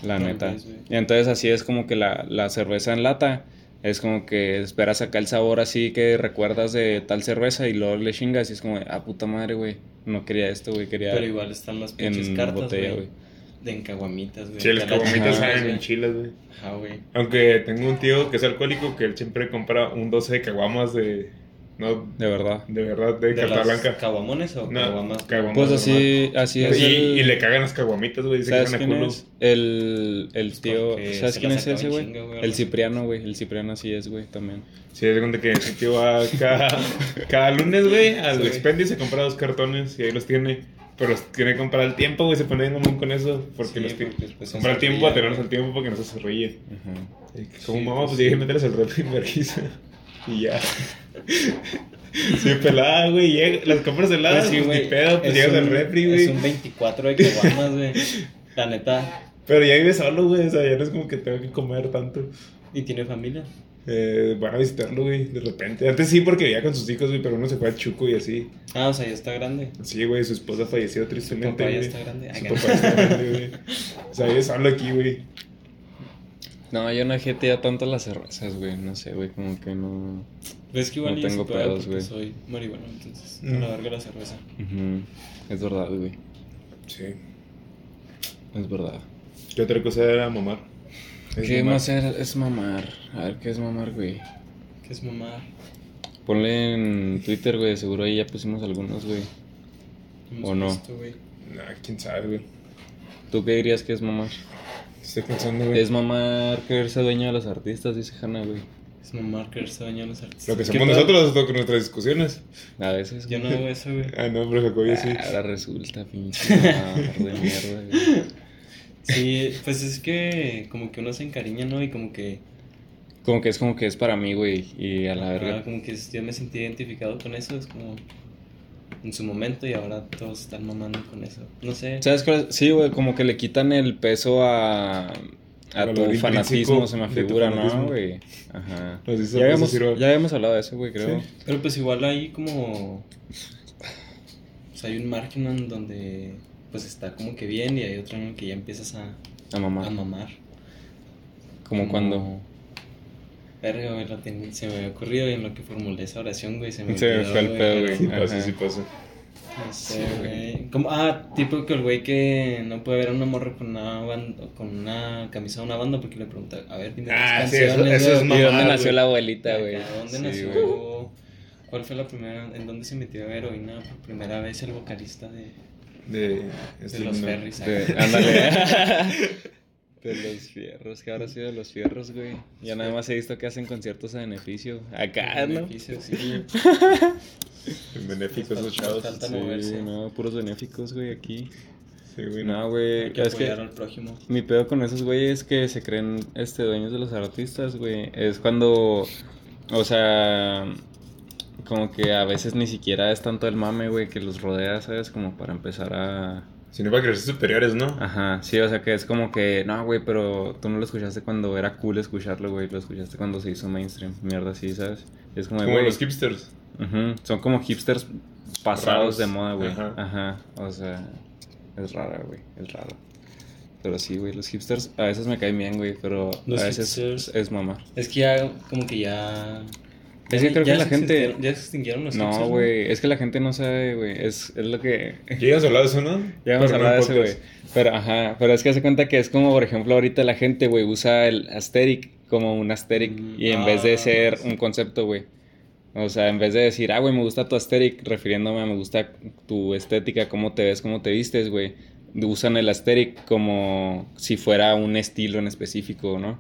S2: La
S3: Tal
S2: neta.
S3: vez, güey.
S2: Y entonces así es como que la, la cerveza en lata. Es como que esperas acá el sabor así que recuerdas de tal cerveza y luego le chingas y es como, de, ah, puta madre, güey. No quería esto, güey. Quería
S3: Pero igual están las pinches
S2: en
S3: cartas,
S2: botella,
S3: güey.
S2: güey.
S3: De en Caguamitas, güey.
S1: Sí, las
S3: Ya las
S1: caguamitas
S3: chicas,
S1: saben
S3: güey.
S1: en chilas, güey.
S3: Ajá, güey.
S1: Aunque tengo un tío que es alcohólico que él siempre compra un 12 de caguamas de. No,
S2: De verdad.
S1: de verdad, de, carta
S3: las
S1: blanca.
S3: ¿Caguamones o
S1: No,
S3: caguamas?
S1: caguamas
S2: Pues
S1: normal.
S2: así, así es.
S1: Y,
S2: el-
S1: y le cagan las caguamitas, güey. Dice que
S2: ¿Sabes
S1: están a
S2: quién
S1: culo.
S2: es? El, el
S3: Pues
S2: tío.
S3: porque
S2: ¿Sabes
S3: se
S2: quién
S3: la
S2: es
S3: sacaba
S2: ese,
S3: en
S2: güey?
S3: chinga, güey,
S2: El
S3: los-
S2: Cipriano, güey. El Cipriano así es, güey, también.
S1: Sí, es cuenta que ese tío va cada, cada lunes, güey, al
S3: Sí.
S1: expendio y se compra dos cartones y ahí los tiene. Pero los tiene que comprar al tiempo, güey, se pone bien mamón con eso. Porque
S3: Sí,
S1: los tiene.
S3: porque después
S1: comprar al
S3: se
S1: tiempo, a
S3: ríe,
S1: tenerlos
S3: güey.
S1: al tiempo para que no se cerrille. Como
S3: Sí,
S1: mamá,
S3: pues
S1: pues llegué a meterles al refri en vergüenza. Y ya. Sí, pelada, güey. llega- Las compras heladas,
S3: Pues sí,
S1: pues,
S3: güey,
S1: ni pedo, pues
S3: es
S1: llegas al
S3: un-
S1: refri,
S3: Es
S1: güey.
S3: un 24 de caguamas, güey. La neta.
S1: Pero ya vive solo, güey. O sea, ya no es como que tengo que comer tanto.
S3: ¿Y tiene familia?
S1: Eh, van a visitarlo, güey, de repente. Antes sí, porque vivía con sus hijos, güey, pero uno se fue al Chuco y así.
S3: Ah, o sea, ya está grande.
S1: Sí, güey, su esposa falleció
S3: Su
S1: tristemente.
S3: papá ya
S1: güey.
S3: está grande.
S1: Su papá está grande, güey. O sea, yo solo aquí, güey.
S2: No, yo no gente ya tanto las cervezas, güey. No sé, güey, como que no.
S3: Ves que igual
S2: No
S3: y es
S2: tengo
S3: pedo
S2: pedos,
S3: porque
S2: güey.
S3: Soy marihuana, entonces.
S1: Mm.
S3: A la verga la cerveza.
S2: Ujú, Es verdad, güey.
S1: Sí.
S2: Es verdad.
S1: ¿Qué otra cosa era mamar? Es
S2: ¿Qué
S1: mamar.
S2: más era- es mamar? A ver, ¿qué es mamar, güey?
S3: Que es mamá.
S2: Ponle en Twitter, güey. Seguro ahí ya pusimos algunos, güey.
S3: hemos
S2: ¿O no?
S3: puesto, güey.
S1: Nah, Ah, quién sabe, güey.
S2: ¿Tú qué dirías que es mamar?
S1: Estoy pensando, güey.
S2: Es mamar quererse dueño de los artistas, dice Hannah, güey.
S3: Es mamá quererse dañar a los artistas.
S1: Lo que
S2: ¿Qué
S1: somos
S2: tal?
S1: nosotros, lo que nuestras discusiones.
S2: A veces,
S3: Yo
S2: güey.
S3: no hago eso, güey.
S1: Ah, no, pero Jacobo, sí.
S2: Ahora resulta, pinche mamar de mierda, güey.
S3: Sí, pues es que como que uno se encariña, ¿no? Y como que.
S2: Como que es como que es para mí, güey. Y a la
S3: ah,
S2: verga.
S3: como que yo me sentí identificado con eso. Es como. En su momento y ahora todos están mamando con eso. No sé.
S2: ¿Sabes cuál es? Sí, güey, como que le quitan el peso a, a
S1: Valor
S2: tu
S1: intrínseco
S2: fanatismo, se me
S1: de tu
S2: figura,
S1: fanatismo.
S2: ¿no, güey? Ajá.
S1: Pues sí,
S2: Ya habíamos,
S1: sí, sí, sí, sí.
S2: ya habíamos hablado de eso, güey, creo.
S1: Sí.
S3: Pero pues igual ahí como. pues, hay un Markman donde pues está como que bien y hay otro en el que ya empiezas a,
S2: A mamá.
S3: a mamar.
S2: Como cuando.
S3: Verga, güey, lo ten- se me había ocurrido y en lo que formulé esa oración, güey, se me,
S2: Se me
S3: olvidó,
S2: fue el pedo, güey.
S1: Sí
S2: Ajá.
S1: pasa, sí pasa.
S3: No sé, Este, güey. Como, ah, tipo que el güey que no puede ver a una morra con una, banda- con una camisa de una banda porque le pregunta, a ver, dime
S1: Ah,
S3: tus
S1: sí, eso-
S3: canciones,
S1: eso es
S3: güey.
S2: ¿Y dónde
S1: Mamá,
S2: nació
S1: güey.
S2: la abuelita,
S3: Acá,
S2: güey?
S3: ¿Dónde
S2: Sí,
S3: nació?
S2: güey.
S3: ¿Cuál fue la primera? ¿En dónde se metió heroína por primera vez el vocalista de,
S1: De, este,
S3: de los Ferris?
S2: De- ándale. De los fierros, que ahora sí de los fierros, güey. Ya nada más he visto que hacen conciertos a beneficio. Acá,
S3: Acá,
S2: Ah, ¿no?
S3: Sí. ah.
S1: Benéficos esos chavos.
S3: Falta
S1: Sí,
S3: moverse.
S2: Sí, no, puros benéficos, güey, aquí.
S1: sí, güey.
S2: No, güey,
S3: Hay que
S2: Eh, es que
S3: apoyar al prójimo.
S2: mi pedo con esos güeyes que se creen este dueños de los artistas, güey, es cuando o sea, como que a veces ni siquiera es tanto el mame, güey, que los rodea, ¿sabes? Como para empezar a
S1: Si no, para crecer superiores, ¿no?
S2: Ajá, sí, o sea que es como que, no, güey, pero tú no lo escuchaste cuando era cool escucharlo, güey, lo escuchaste cuando se hizo mainstream, mierda, sí, ¿sabes? Es como, de,
S1: Como
S2: güey,
S1: los hipsters.
S2: ujú, son como hipsters pasados
S1: Raros.
S2: de moda, güey.
S1: Ajá.
S2: Ajá. o sea, es rara, güey, es raro. Pero sí, güey, los hipsters a veces me caen bien, güey, pero
S3: Los
S2: a veces
S3: hipsters.
S2: es mamá.
S3: Es que ya, como que ya.
S2: Es que creo que
S3: se
S2: la gente...
S3: extinguieron- Ya se extinguieron los hipsters,
S2: No, güey, es que la gente no sabe, güey, es, es lo que...
S1: Llegas a hablar de eso, ¿no?
S2: Ya hemos
S1: Pero
S2: hablado de
S1: no
S2: eso,
S1: en
S2: güey.
S1: podcast.
S2: Pero, ajá, pero es que hace cuenta que es como, por ejemplo, ahorita la gente, güey, usa el asteric como un asteric
S3: Mm,
S2: y en vez de
S3: ah,
S2: ser
S3: sí.
S2: un concepto, güey. O sea, en vez de decir, ah, güey, me gusta tu asteric, refiriéndome a me gusta tu estética, cómo te ves, cómo te vistes, güey. Usan el asteric como si fuera un estilo en específico, ¿no?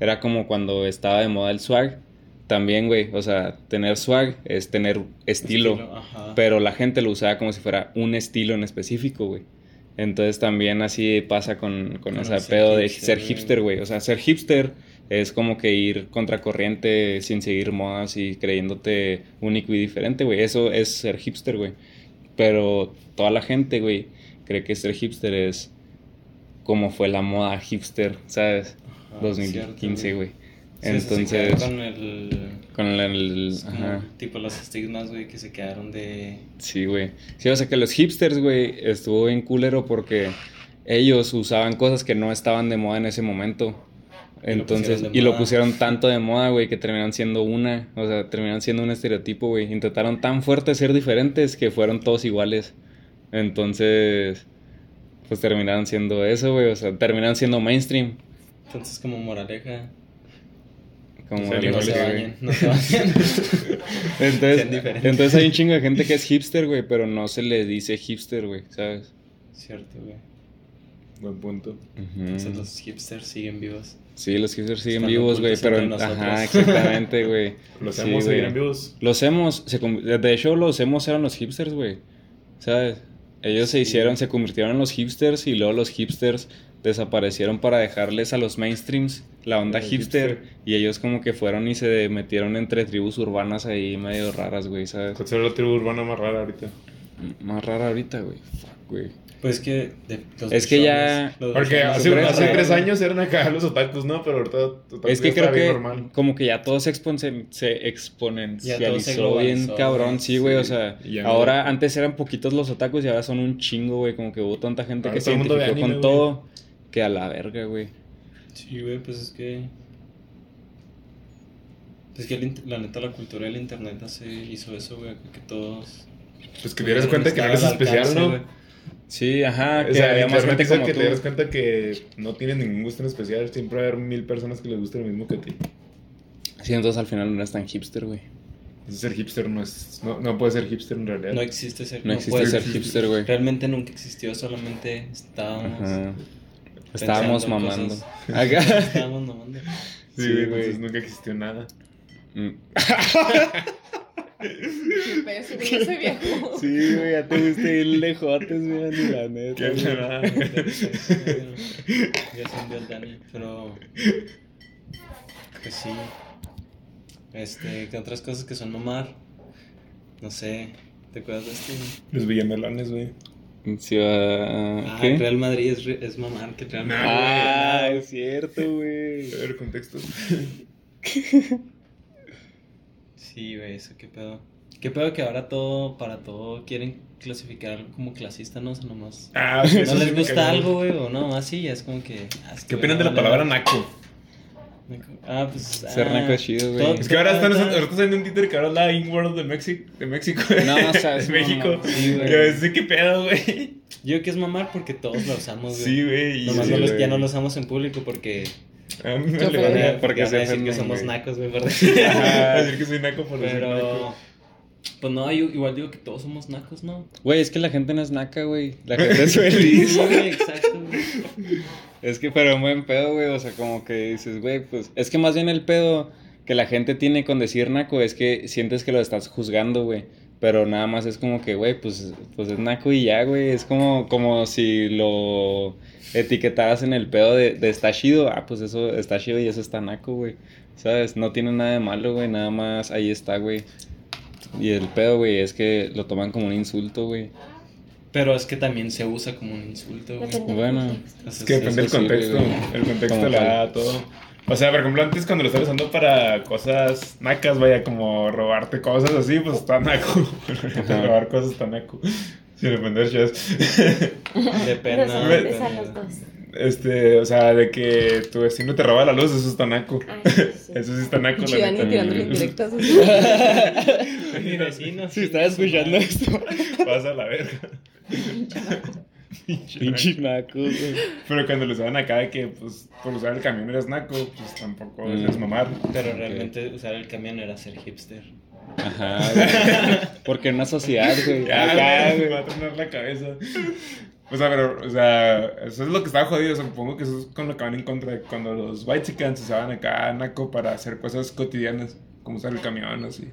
S2: Era como cuando estaba de moda el swag. También, güey, o sea, tener swag es tener estilo
S3: ajá.
S2: pero la gente lo usaba como si fuera un estilo en específico, güey. Entonces también así pasa con, con
S3: Con
S2: ese
S3: el ser
S2: pedo de
S3: hipster,
S2: ser
S3: güey.
S2: hipster, güey. O sea, ser hipster es como que ir contracorriente sin seguir modas y creyéndote único y diferente, güey. Eso es ser hipster, güey. Pero toda la gente, güey, cree que ser hipster es como fue la moda hipster, ¿sabes?
S3: Ajá,
S2: 2015,
S3: cierto,
S2: güey.
S3: Sí, eso se queda
S2: Entonces,
S3: Con el.
S2: con el... el-
S3: como
S2: ajá.
S3: tipo los estigmas, güey, que se quedaron de.
S2: Sí, güey. Sí, o sea que los hipsters, güey, estuvo bien culero porque ellos usaban cosas que no estaban de moda en ese momento.
S3: Y lo
S2: Entonces,
S3: pusieron de
S2: y lo
S3: moda.
S2: pusieron tanto de moda, güey, que terminaron siendo una, o sea, terminaron siendo un estereotipo, güey. Intentaron tan fuerte ser diferentes que fueron todos iguales. Entonces, pues terminaron siendo eso, güey, o sea, terminaron siendo mainstream.
S3: Entonces, como moraleja.
S2: Como
S1: Sí,
S2: el-
S3: No
S1: Igual
S3: Pues se
S1: que-
S3: bañen, no se bañen.
S2: Entonces,
S3: Sean diferentes.
S2: entonces hay un chingo de gente que es hipster, güey, pero no se le dice hipster, güey, ¿sabes?
S3: Cierto, güey.
S1: Buen punto.
S3: Entonces,
S2: Ujú.
S3: los hipsters siguen vivos.
S2: Sí, los hipsters siguen
S3: Están
S2: vivos, güey,
S3: ocultos
S2: pero...
S3: entre nosotros.
S2: Ajá, exactamente, güey.
S1: Los
S2: Sí,
S1: hemos
S2: güey.
S1: seguir en vivos.
S2: Los emos, se conv- de hecho, los emos eran los hipsters, güey. ¿Sabes? Ellos se
S3: Sí.
S2: hicieron, se convirtieron en los hipsters y luego los hipsters desaparecieron para dejarles a los mainstreams la onda
S1: El
S2: hipster,
S1: hipster.
S2: y ellos como que fueron y se metieron entre tribus urbanas ahí medio raras, güey, ¿sabes?
S1: ¿Cuál será la tribu urbana más rara ahorita?
S2: M- Más rara ahorita, güey. Fuck, güey.
S3: Pues que. de- los
S2: Es que ya-
S3: buchones, los
S1: Porque
S3: buchones,
S1: hace,
S2: ¿tú crees?
S1: hace
S2: Ajá.
S1: tres años eran acá los otakus, ¿no? Pero ahorita otaku
S2: Es
S1: ya
S2: que
S1: está
S2: creo
S1: bien
S2: que
S1: normal.
S2: como que ya todo se, exponse- se
S3: Ya todo se
S2: exponencializó
S3: globalizó,
S2: bien cabrón,
S3: güey,
S2: sí, güey,
S1: sí.
S2: o sea,
S1: Y ya no-
S2: ahora antes eran poquitos los otakus y ahora son un chingo, güey, como que hubo tanta gente
S1: Ahora
S2: que se
S1: todo el mundo ve
S2: identificó con
S1: anime, güey.
S2: todo que a la verga, güey.
S3: Sí, güey, pues es que. Es que el int- la neta, la cultura del internet hace, hizo eso, güey, que- que todos.
S1: Pues que te dieras cuenta que no eres
S3: Estaba al
S1: especial,
S3: alcance,
S1: ¿no?
S3: güey.
S2: Sí, ajá, que
S1: O sea,
S2: había más
S1: internet
S2: gente
S1: hizo
S2: como
S1: que
S2: tú.
S1: te dieras cuenta que no tienes ningún gusto en especial. Siempre va a haber mil personas que les guste lo mismo que a ti.
S2: Sí, entonces al final no eras tan hipster, güey.
S1: Entonces ser hipster no es... No, no puede ser hipster en realidad.
S3: No existe ser.
S2: No, existe
S3: puede
S2: ser
S1: ser
S2: hipster, güey.
S3: Realmente nunca existió, solamente estábamos.
S2: Ajá. Estábamos
S3: pensando en
S2: mamando.
S3: cosas.
S2: Acá.
S3: Estábamos mamando.
S1: sí,
S2: sí,
S1: güey,
S2: güey.
S1: entonces nunca existió nada.
S2: Mm.
S4: Pero si no se viajó.
S2: Sí, güey, ya te guste ir lejotes, güey, ni la neta. güey.
S1: nada.
S3: Ya son del Dani, pero. Pues sí. Este, que otras cosas que son mamar. No sé. ¿Te acuerdas de este?
S1: Los villamelones, güey.
S2: Sí, ah,
S3: Ah,
S2: ¿qué?
S3: Real Madrid es, re- es mamar, que Real
S1: No.
S3: Madrid.
S2: Ah, es cierto, güey.
S1: A ver, contexto.
S3: Sí, güey, eso qué pedo. Qué pedo que ahora todo, para todo, quieren clasificar algo como clasista, no, o sea, nomás.
S1: Ah, sí, eso
S3: no
S1: sí
S3: les
S1: me
S3: gusta
S1: cagó.
S3: algo, güey, o no, así ya es como que. ah, es
S1: ¿Qué
S3: que,
S1: opinan de
S3: güey,
S1: la
S3: vale,
S1: palabra naco?
S3: naco? Ah, pues.
S2: Ser
S3: ah,
S2: naco es chido, güey.
S3: todo-
S1: Es que ahora están,
S3: todo-
S1: ahorita están en Twitter que ahora es la Inward de México, de México,
S2: No, sabes,
S1: de
S2: no,
S1: México.
S2: no,
S3: sí, güey.
S1: Yo sé qué pedo, güey.
S3: Yo creo que es mamar porque todos la usamos, güey.
S1: Sí, güey. y-
S3: Nomás
S1: sí,
S3: no los-
S1: güey.
S3: ya no lo usamos en público porque.
S1: Ah, me
S4: Yo
S1: vale
S4: creo
S1: verga.
S3: ya-
S2: porque
S3: ya
S2: se
S3: van a decir que
S2: ofenden,
S3: somos
S2: güey.
S3: nacos, güey,
S1: Ajá,
S3: ¿verdad?
S1: decir que soy naco por decir naco.
S3: Pero. Pues no, yo igual digo que todos somos nacos, ¿no?
S2: Güey, es que la gente no es naca, güey. La gente es feliz.
S3: Sí, güey, exacto, güey.
S2: es que, pero un buen pedo, güey. O sea, como que dices, güey, pues. Es que más bien el pedo que la gente tiene con decir naco es que sientes que lo estás juzgando, güey. Pero nada más es como que, güey, pues, pues es naco y ya, güey. Es como, como si lo etiquetaras en el pedo de, de está chido. Ah, pues eso está chido y eso está naco, güey. ¿Sabes? No tiene nada de malo, güey. Nada más ahí está, güey. Y el pedo, güey, es que lo toman como un insulto, güey.
S3: Pero es que también se usa como un insulto, güey.
S4: Depende del
S2: Bueno.
S4: contexto.
S1: Es que depende del
S2: sí, güey,
S1: contexto.
S2: güey.
S1: El contexto
S2: Como
S1: le da
S2: tal.
S1: todo. O sea, por ejemplo, antes cuando lo estaba usando para cosas nacas, vaya, como robarte cosas así, pues está naco.
S2: Ajá.
S1: Robar cosas está naco. Sin ofender, chas.
S3: Depende.
S4: Nos
S1: no,
S4: ofendes a los dos.
S1: Este, o sea, de que tu vecino te roba la luz, eso está naco.
S4: Ay, sí.
S1: Eso sí está naco, la
S5: Giovanni
S1: neta.
S5: tirándole indirectas.
S3: Mi vecino.
S2: Si estás escuchando esto.
S1: Pasa la verga.
S2: Pinche naco, güey.
S1: Pero cuando lo usaban acá, de que pues por usar el camión eres naco, pues tampoco
S2: Mm.
S1: es mamar.
S3: Pero realmente usar el camión era ser hipster.
S2: Ajá, güey. Porque en una sociedad, güey.
S1: Ya,
S2: Acá,
S1: güey, me va
S2: Ah, güey.
S1: a tronar la cabeza. O sea, pero, o sea, eso es lo que estaba jodido. Supongo que eso es con lo que van en contra. de Cuando los Whitesicans usaban acá naco para hacer cosas cotidianas, como usar el camión, así.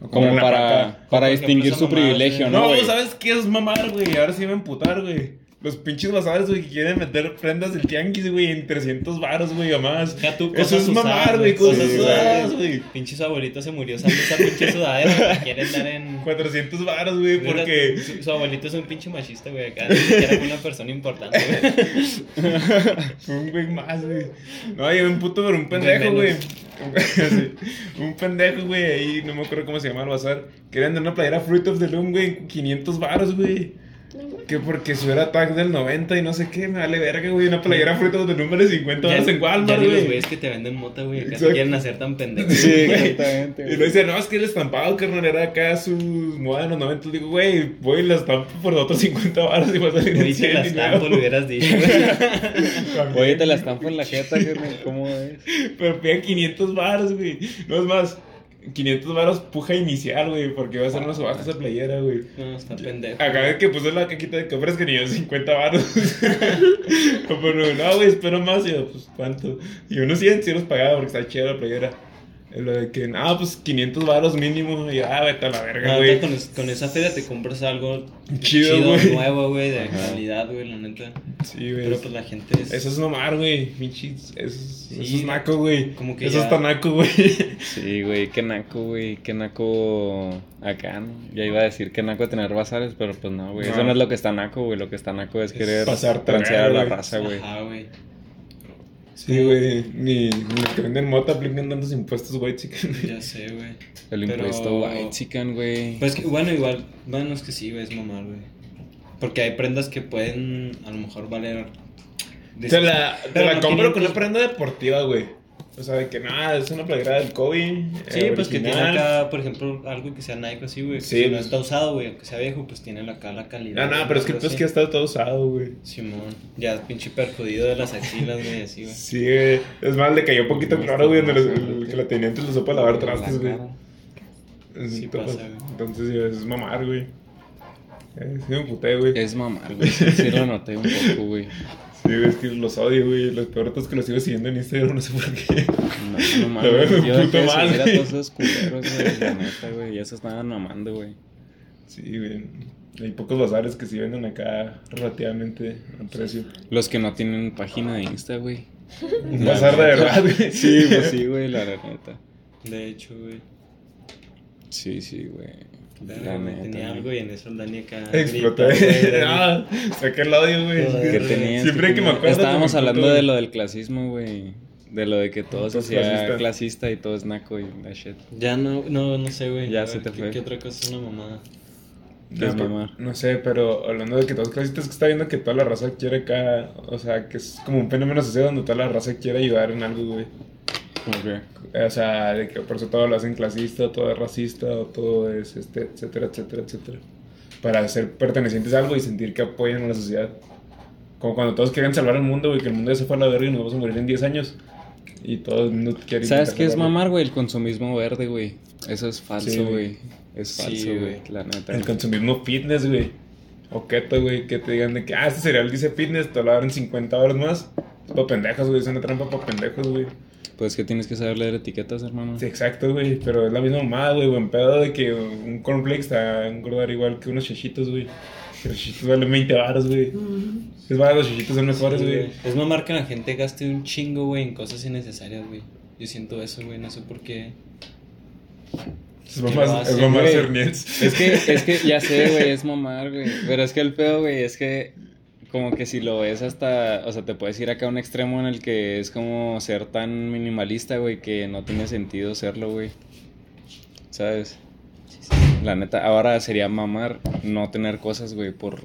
S1: O
S2: Como
S1: una paca.
S2: para, para
S3: Porque
S2: distinguir
S3: empezó
S2: su
S3: mamadas,
S2: privilegio,
S3: güey.
S2: eh. ¿no,
S1: No,
S2: güey?
S1: ¿sabes qué es mamar, güey? Ahora sí me emputar, güey. Los pinches bazares, güey, que quieren meter prendas del tianguis, güey, en 300 baros, güey, o más.
S3: Ya tú,
S1: Eso
S3: cosas
S1: es mamar,
S3: usadas,
S1: güey, cosas
S3: sí,
S1: usadas, güey.
S3: Pinche su abuelito se murió usando esa pinche sudadera. Quiere estar en.
S1: 400 baros, güey, porque...
S3: Su, su abuelito es un pinche machista, güey. Acá ni siquiera fue una persona importante, güey.
S1: Fue un güey más, güey. No, yo un puto, pero un pendejo,
S3: menos.
S1: güey. Sí, un pendejo, güey, ahí, no me acuerdo cómo se llama el bazar. Querían dar una playera Fruit of the Loom, güey, 500 baros, güey. Que porque si era tag del 90 y no sé qué, me vale verga, güey. Una playera Fruit of the Loom vale 50 baros en
S3: ya
S1: Walmart,
S3: ni los
S1: güey.
S3: güeyes que te venden mota, güey. Acá te
S1: Exacto.
S3: quieren hacer tan pendejos.
S2: Sí,
S1: güey.
S2: exactamente.
S1: Y
S2: güey.
S1: lo dice, no, es que el estampado, carnal, era acá su moda de los 90. Digo, güey, voy y la estampo por otros 50 baros y va a salir
S3: Güey,
S1: en
S3: que
S1: 100
S3: la
S1: y
S3: estampa,
S1: luego-
S3: lo hubieras dicho, güey.
S1: También.
S2: Oye, te la estampa en la jeta, güey. ¿Cómo es?
S1: Pero pega 500 baros, güey. No es más, 500 baros puja inicial, güey, porque va a ser una subasta esa playera, güey.
S3: No, está pendejo.
S1: Acá de que puse la cajita de que ofrezcan y yo 50 baros. Pero no, güey, espero más. Y yo, pues, ¿cuánto? Y unos 100 sí los pagaba porque está chida la playera. Y Lo de que, no, pues 500 baros mínimo. Y yo, ah, vete a la
S3: La
S1: verga,
S3: neta,
S1: güey.
S3: con, es- con esa feria te compras algo
S1: Chido,
S3: chido,
S1: güey.
S3: nuevo, güey, de
S2: Ajá.
S3: calidad, güey, la neta.
S1: Sí, güey.
S3: Pero pues la gente es.
S1: Eso es mamar, güey. Pinches. Eso, es- eso
S3: Sí.
S1: es naco, güey.
S3: Como que
S1: Eso
S3: ya-
S1: está naco, güey.
S2: Sí, güey, qué naco, güey, qué naco acá, ¿no? Ya iba a decir que naco tener bazares, pero pues no, güey. Eso
S1: No.
S2: no es lo que está naco, güey. Lo que está naco es
S3: Es
S2: querer
S1: pasarte de
S2: transear a la
S1: verga, güey.
S2: raza, güey.
S3: Ajá, güey.
S1: Sí, güey. Ni, ni los que venden mota aplican tantos impuestos, güey, chica.
S3: Ya sé, güey.
S2: El
S3: Pero-
S2: impuesto white chicken, güey.
S3: Pues que, bueno, igual, bueno, es que sí, güey, es mamar, güey. Porque hay prendas que pueden a lo mejor valer. de-
S1: Te la, te
S3: Pero
S1: la
S3: no pues
S1: compro
S3: tienen
S1: con una
S3: tus-
S1: prenda deportiva, güey. O sea, de que nada, es una playera del Kobe.
S3: Sí,
S1: eh,
S3: pues que tiene
S1: original.
S3: acá, por ejemplo, algo que sea Nike o así, güey. que
S1: Sí,
S3: si no
S1: pues-
S3: está usado, güey, aunque sea viejo, pues tiene acá la calidad.
S1: No, no, pero es que el pedo es que ya
S3: así.
S1: está todo usado, güey.
S3: Simón, ya pinche perjudido de las axilas, güey, así, güey.
S1: Sí, güey. Es más, le cayó poquito claro, güey, donde los- el que la tenía antes lo usó para lavar trastes, güey.
S3: Sí
S1: Entonces,
S3: pasa, güey.
S1: entonces, sí, es mamar, güey. Eh, Sí, me puté, güey.
S2: Es mamar, güey. Sí, sí lo noté un poco, güey.
S1: Sí, güey, es que los odio, güey. Los peores es que los sigo siguiendo en Instagram, no sé por qué.
S2: No, no
S1: Lo veo
S2: mames,
S1: de puta
S2: yo dejé de
S1: madre.
S2: seguir a todos esos culeros, güey, la neta, güey, ya se estaban mamando, güey.
S1: Sí, güey. Hay pocos bazares que sí venden acá relativamente a precio.
S2: Los que no tienen página de Insta, güey.
S1: Un
S2: La
S1: bazar de
S2: neta.
S1: verdad, güey.
S2: Sí, pues sí, güey, la neta.
S3: De hecho, güey.
S2: Sí, sí, güey. La
S3: Verga, güey,
S2: neta.
S3: Tenía algo y en eso el Dani acá.
S1: Exploté.
S3: grita, güey,
S1: Ah, saqué el audio, güey.
S3: Joder.
S2: ¿Qué tenías?
S1: Siempre
S2: ¿Qué
S1: que me
S2: tenías?
S1: acuerdo,
S2: Estábamos
S1: me
S2: hablando
S1: acuerdo.
S2: de lo del clasismo, güey. De lo de que todo se
S1: Pues
S2: hacía
S1: clasista.
S2: clasista. y todo es naco y la shit.
S3: Ya no, no, no sé, güey.
S2: Ya
S3: A
S2: se
S3: ver,
S2: te
S3: ¿qué-
S2: fue.
S3: ¿Qué otra cosa es una mamada?
S2: Las
S1: Después-
S2: mamá.
S1: No sé, pero hablando de que todos clasistas, que está viendo que toda la raza quiere acá, o sea, que es como un fenómeno social donde toda la raza quiere ayudar en algo, güey. O sea, de que por eso todo lo hacen clasista, todo es racista, o todo es, este, etcétera, etcétera, etcétera. Para ser pertenecientes a algo y sentir que apoyan a la sociedad. Como cuando todos quieren salvar el mundo, güey, que el mundo ya se fue a la verga y nos vamos a morir en 10 años. Y todo el mundo quiere
S2: ¿Sabes
S1: intentar
S2: qué es
S1: salvarlo.
S2: mamar, güey? El consumismo verde, güey. Eso es
S1: Sí,
S2: falso,
S1: güey.
S2: güey. Es
S3: Sí,
S2: falso,
S3: güey.
S2: güey. la neta.
S1: El consumismo fitness, güey. O keto, güey, que te digan de que, ah, este cereal dice fitness, te lo abren 50 horas más. Pa' pendejos, güey, es una trampa pa' pendejos, güey.
S2: Pues que tienes que saber leer etiquetas, hermano.
S1: Sí, exacto, güey, pero es la misma mamada, güey, buen pedo de que un cornflakes te va a engordar igual que unos chichitos, güey. Que los chichitos valen 20 baros, güey. Es barato, los chichitos son mejores, güey.
S3: Es mamar que la gente gaste un chingo, güey, en cosas innecesarias, güey. Yo siento eso, güey, no sé por qué.
S1: Es mamás, es mamás
S2: güey.
S1: ser niets.
S2: Es que, es que, ya sé, güey, es mamar, güey. Pero es que el pedo, güey, es que como que si lo ves hasta, o sea, te puedes ir acá a un extremo en el que es como ser tan minimalista, güey, que no tiene sentido serlo, güey. ¿Sabes? La neta, ahora sería mamar no tener cosas, güey, por,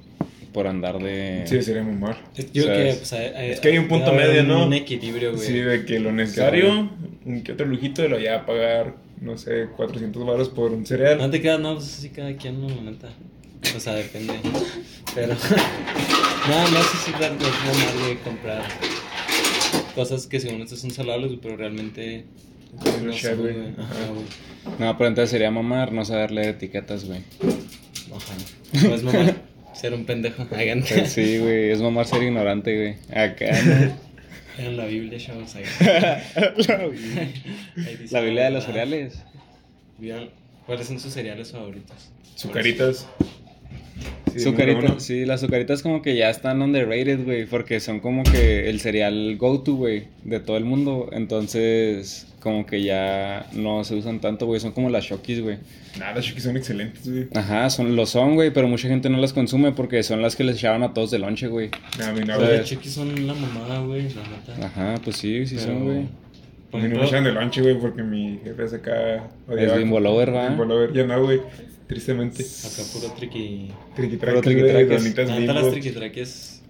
S2: por andar de...
S1: Sí, sería mamar.
S3: Yo creo que,
S2: ¿Sabes?
S3: pues, hay-
S1: Es que hay un punto
S3: debe haber
S1: medio,
S3: un-
S1: ¿no?
S3: Un
S2: Pues,
S3: equilibrio, güey.
S1: Sí, de que lo necesario, un que otro lujito, lo ya a pagar, no sé, 400 baros por un cereal.
S2: Ah,
S3: No te quedas, no, pues así cada quien, no, la neta. O sea, depende. Pero. no, no sé si claro, es normal de comprar cosas que según esto son saludables, güey, pero realmente.
S1: Pero
S3: no
S1: shit,
S3: son,
S1: güey.
S3: güey. Ajá,
S1: Ajá.
S3: güey.
S2: No, pero entonces sería mamar no saber leer etiquetas, güey.
S3: Ajá. No es mamar. Ser un pendejo. Hagan
S2: Pues sí, güey, es mamar ser ignorante, güey. Acá.
S3: En la Biblia, chavos. Ahí, ahí dice
S2: La Biblia de los
S3: ah,
S2: cereales.
S3: vean, ¿Cuáles son sus cereales favoritos?
S1: Sucaritas. Sí,
S2: Sucaritas,
S1: número uno.
S2: sí, las sucaritas como que ya están underrated, güey, porque son como que el cereal go-to, güey, de todo el mundo. Entonces, como que ya no se usan tanto, güey, son como las Shokis, güey.
S1: Nada, las Shukis son excelentes, güey.
S2: Ajá, son, lo son, güey, pero mucha gente no las consume porque son las que les echaban a todos de lonche, güey.
S1: No, a mí no,
S3: Los
S1: güey.
S3: de Chucky son la mamada, güey, la neta.
S2: Ajá, pues sí, sí
S3: Pero-
S2: son, güey.
S1: A
S3: Por
S1: mí no
S3: ejemplo,
S1: me echan de lonche, güey, porque mi jefe es acá. odiaba-
S2: Es bimbo lover, ¿va?
S1: Bimbo lover. Ya no, güey. Tristemente.
S3: acá puro triqui.
S1: Triquitraques,
S2: Pero
S1: güey,
S2: triquitraques.
S1: donitas
S3: La neta,
S1: bimbo.
S3: las triquitraques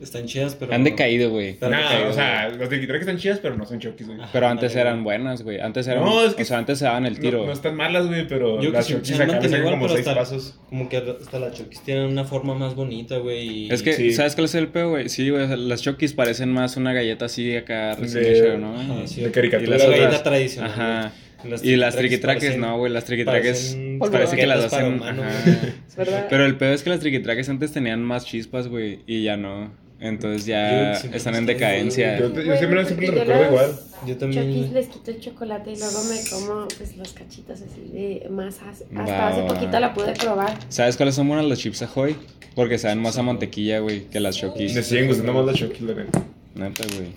S3: están chidas, pero.
S2: Han decaído, güey.
S3: Pero-
S1: Nah,
S3: pero-
S1: o sea, los triquitraques están chidas, pero no son chokis, güey.
S3: Ajá.
S2: Pero antes
S3: Ándale,
S2: eran
S3: güey.
S2: buenas, güey. Antes eran,
S1: No, es que-
S2: o sea, antes se daban el tiro.
S1: No, no están malas, güey, pero
S3: Yo que
S1: las
S3: sí,
S1: chokis
S3: se han
S1: acá le
S3: mantenido
S1: sacan
S3: igual,
S1: como
S3: pero
S1: seis
S3: hasta,
S1: pasos.
S3: como que hasta las Chucky tienen una forma más bonita, güey. y-
S2: Es que,
S1: Sí.
S2: ¿sabes cuál es el peo, güey? Sí, güey, o sea, las Chokis parecen más una galleta así acá recién
S1: De-
S2: hecha, ¿no?
S3: Ajá, Ah, sí,
S1: de
S3: ok.
S1: caricatura,
S3: Y la
S1: güey.
S3: galleta tradicional.
S2: Ajá.
S3: güey.
S2: Y las
S3: triquitraques
S2: triquitraques, no, güey, las triquitraques
S3: parecen-
S2: parece que las
S3: parecen
S2: hacen...
S3: para humano,
S2: ajá.
S3: güey.
S4: ¿Verdad?
S2: Pero el peo es que las triquitraques antes tenían más chispas, güey, y ya no. Entonces ya
S3: Yo siempre
S2: están en
S3: estoy-
S2: decadencia.
S1: Yo, te- yo
S4: Bueno,
S1: siempre,
S4: porque
S1: siempre
S4: yo
S1: lo recuerdo
S4: las-
S1: igual.
S3: Yo
S4: Chokis
S3: también.
S4: les quito el chocolate y luego me como pues los cachitos así de masa. Hasta
S2: Va,
S4: hace
S2: va.
S4: poquito la pude probar.
S2: ¿Sabes cuáles son buenas las chips Ahoy? Porque saben más a mantequilla, güey, que las
S1: Me
S2: Chokis.
S1: siguen gustando más las chokis, la neta.
S2: Neta, güey.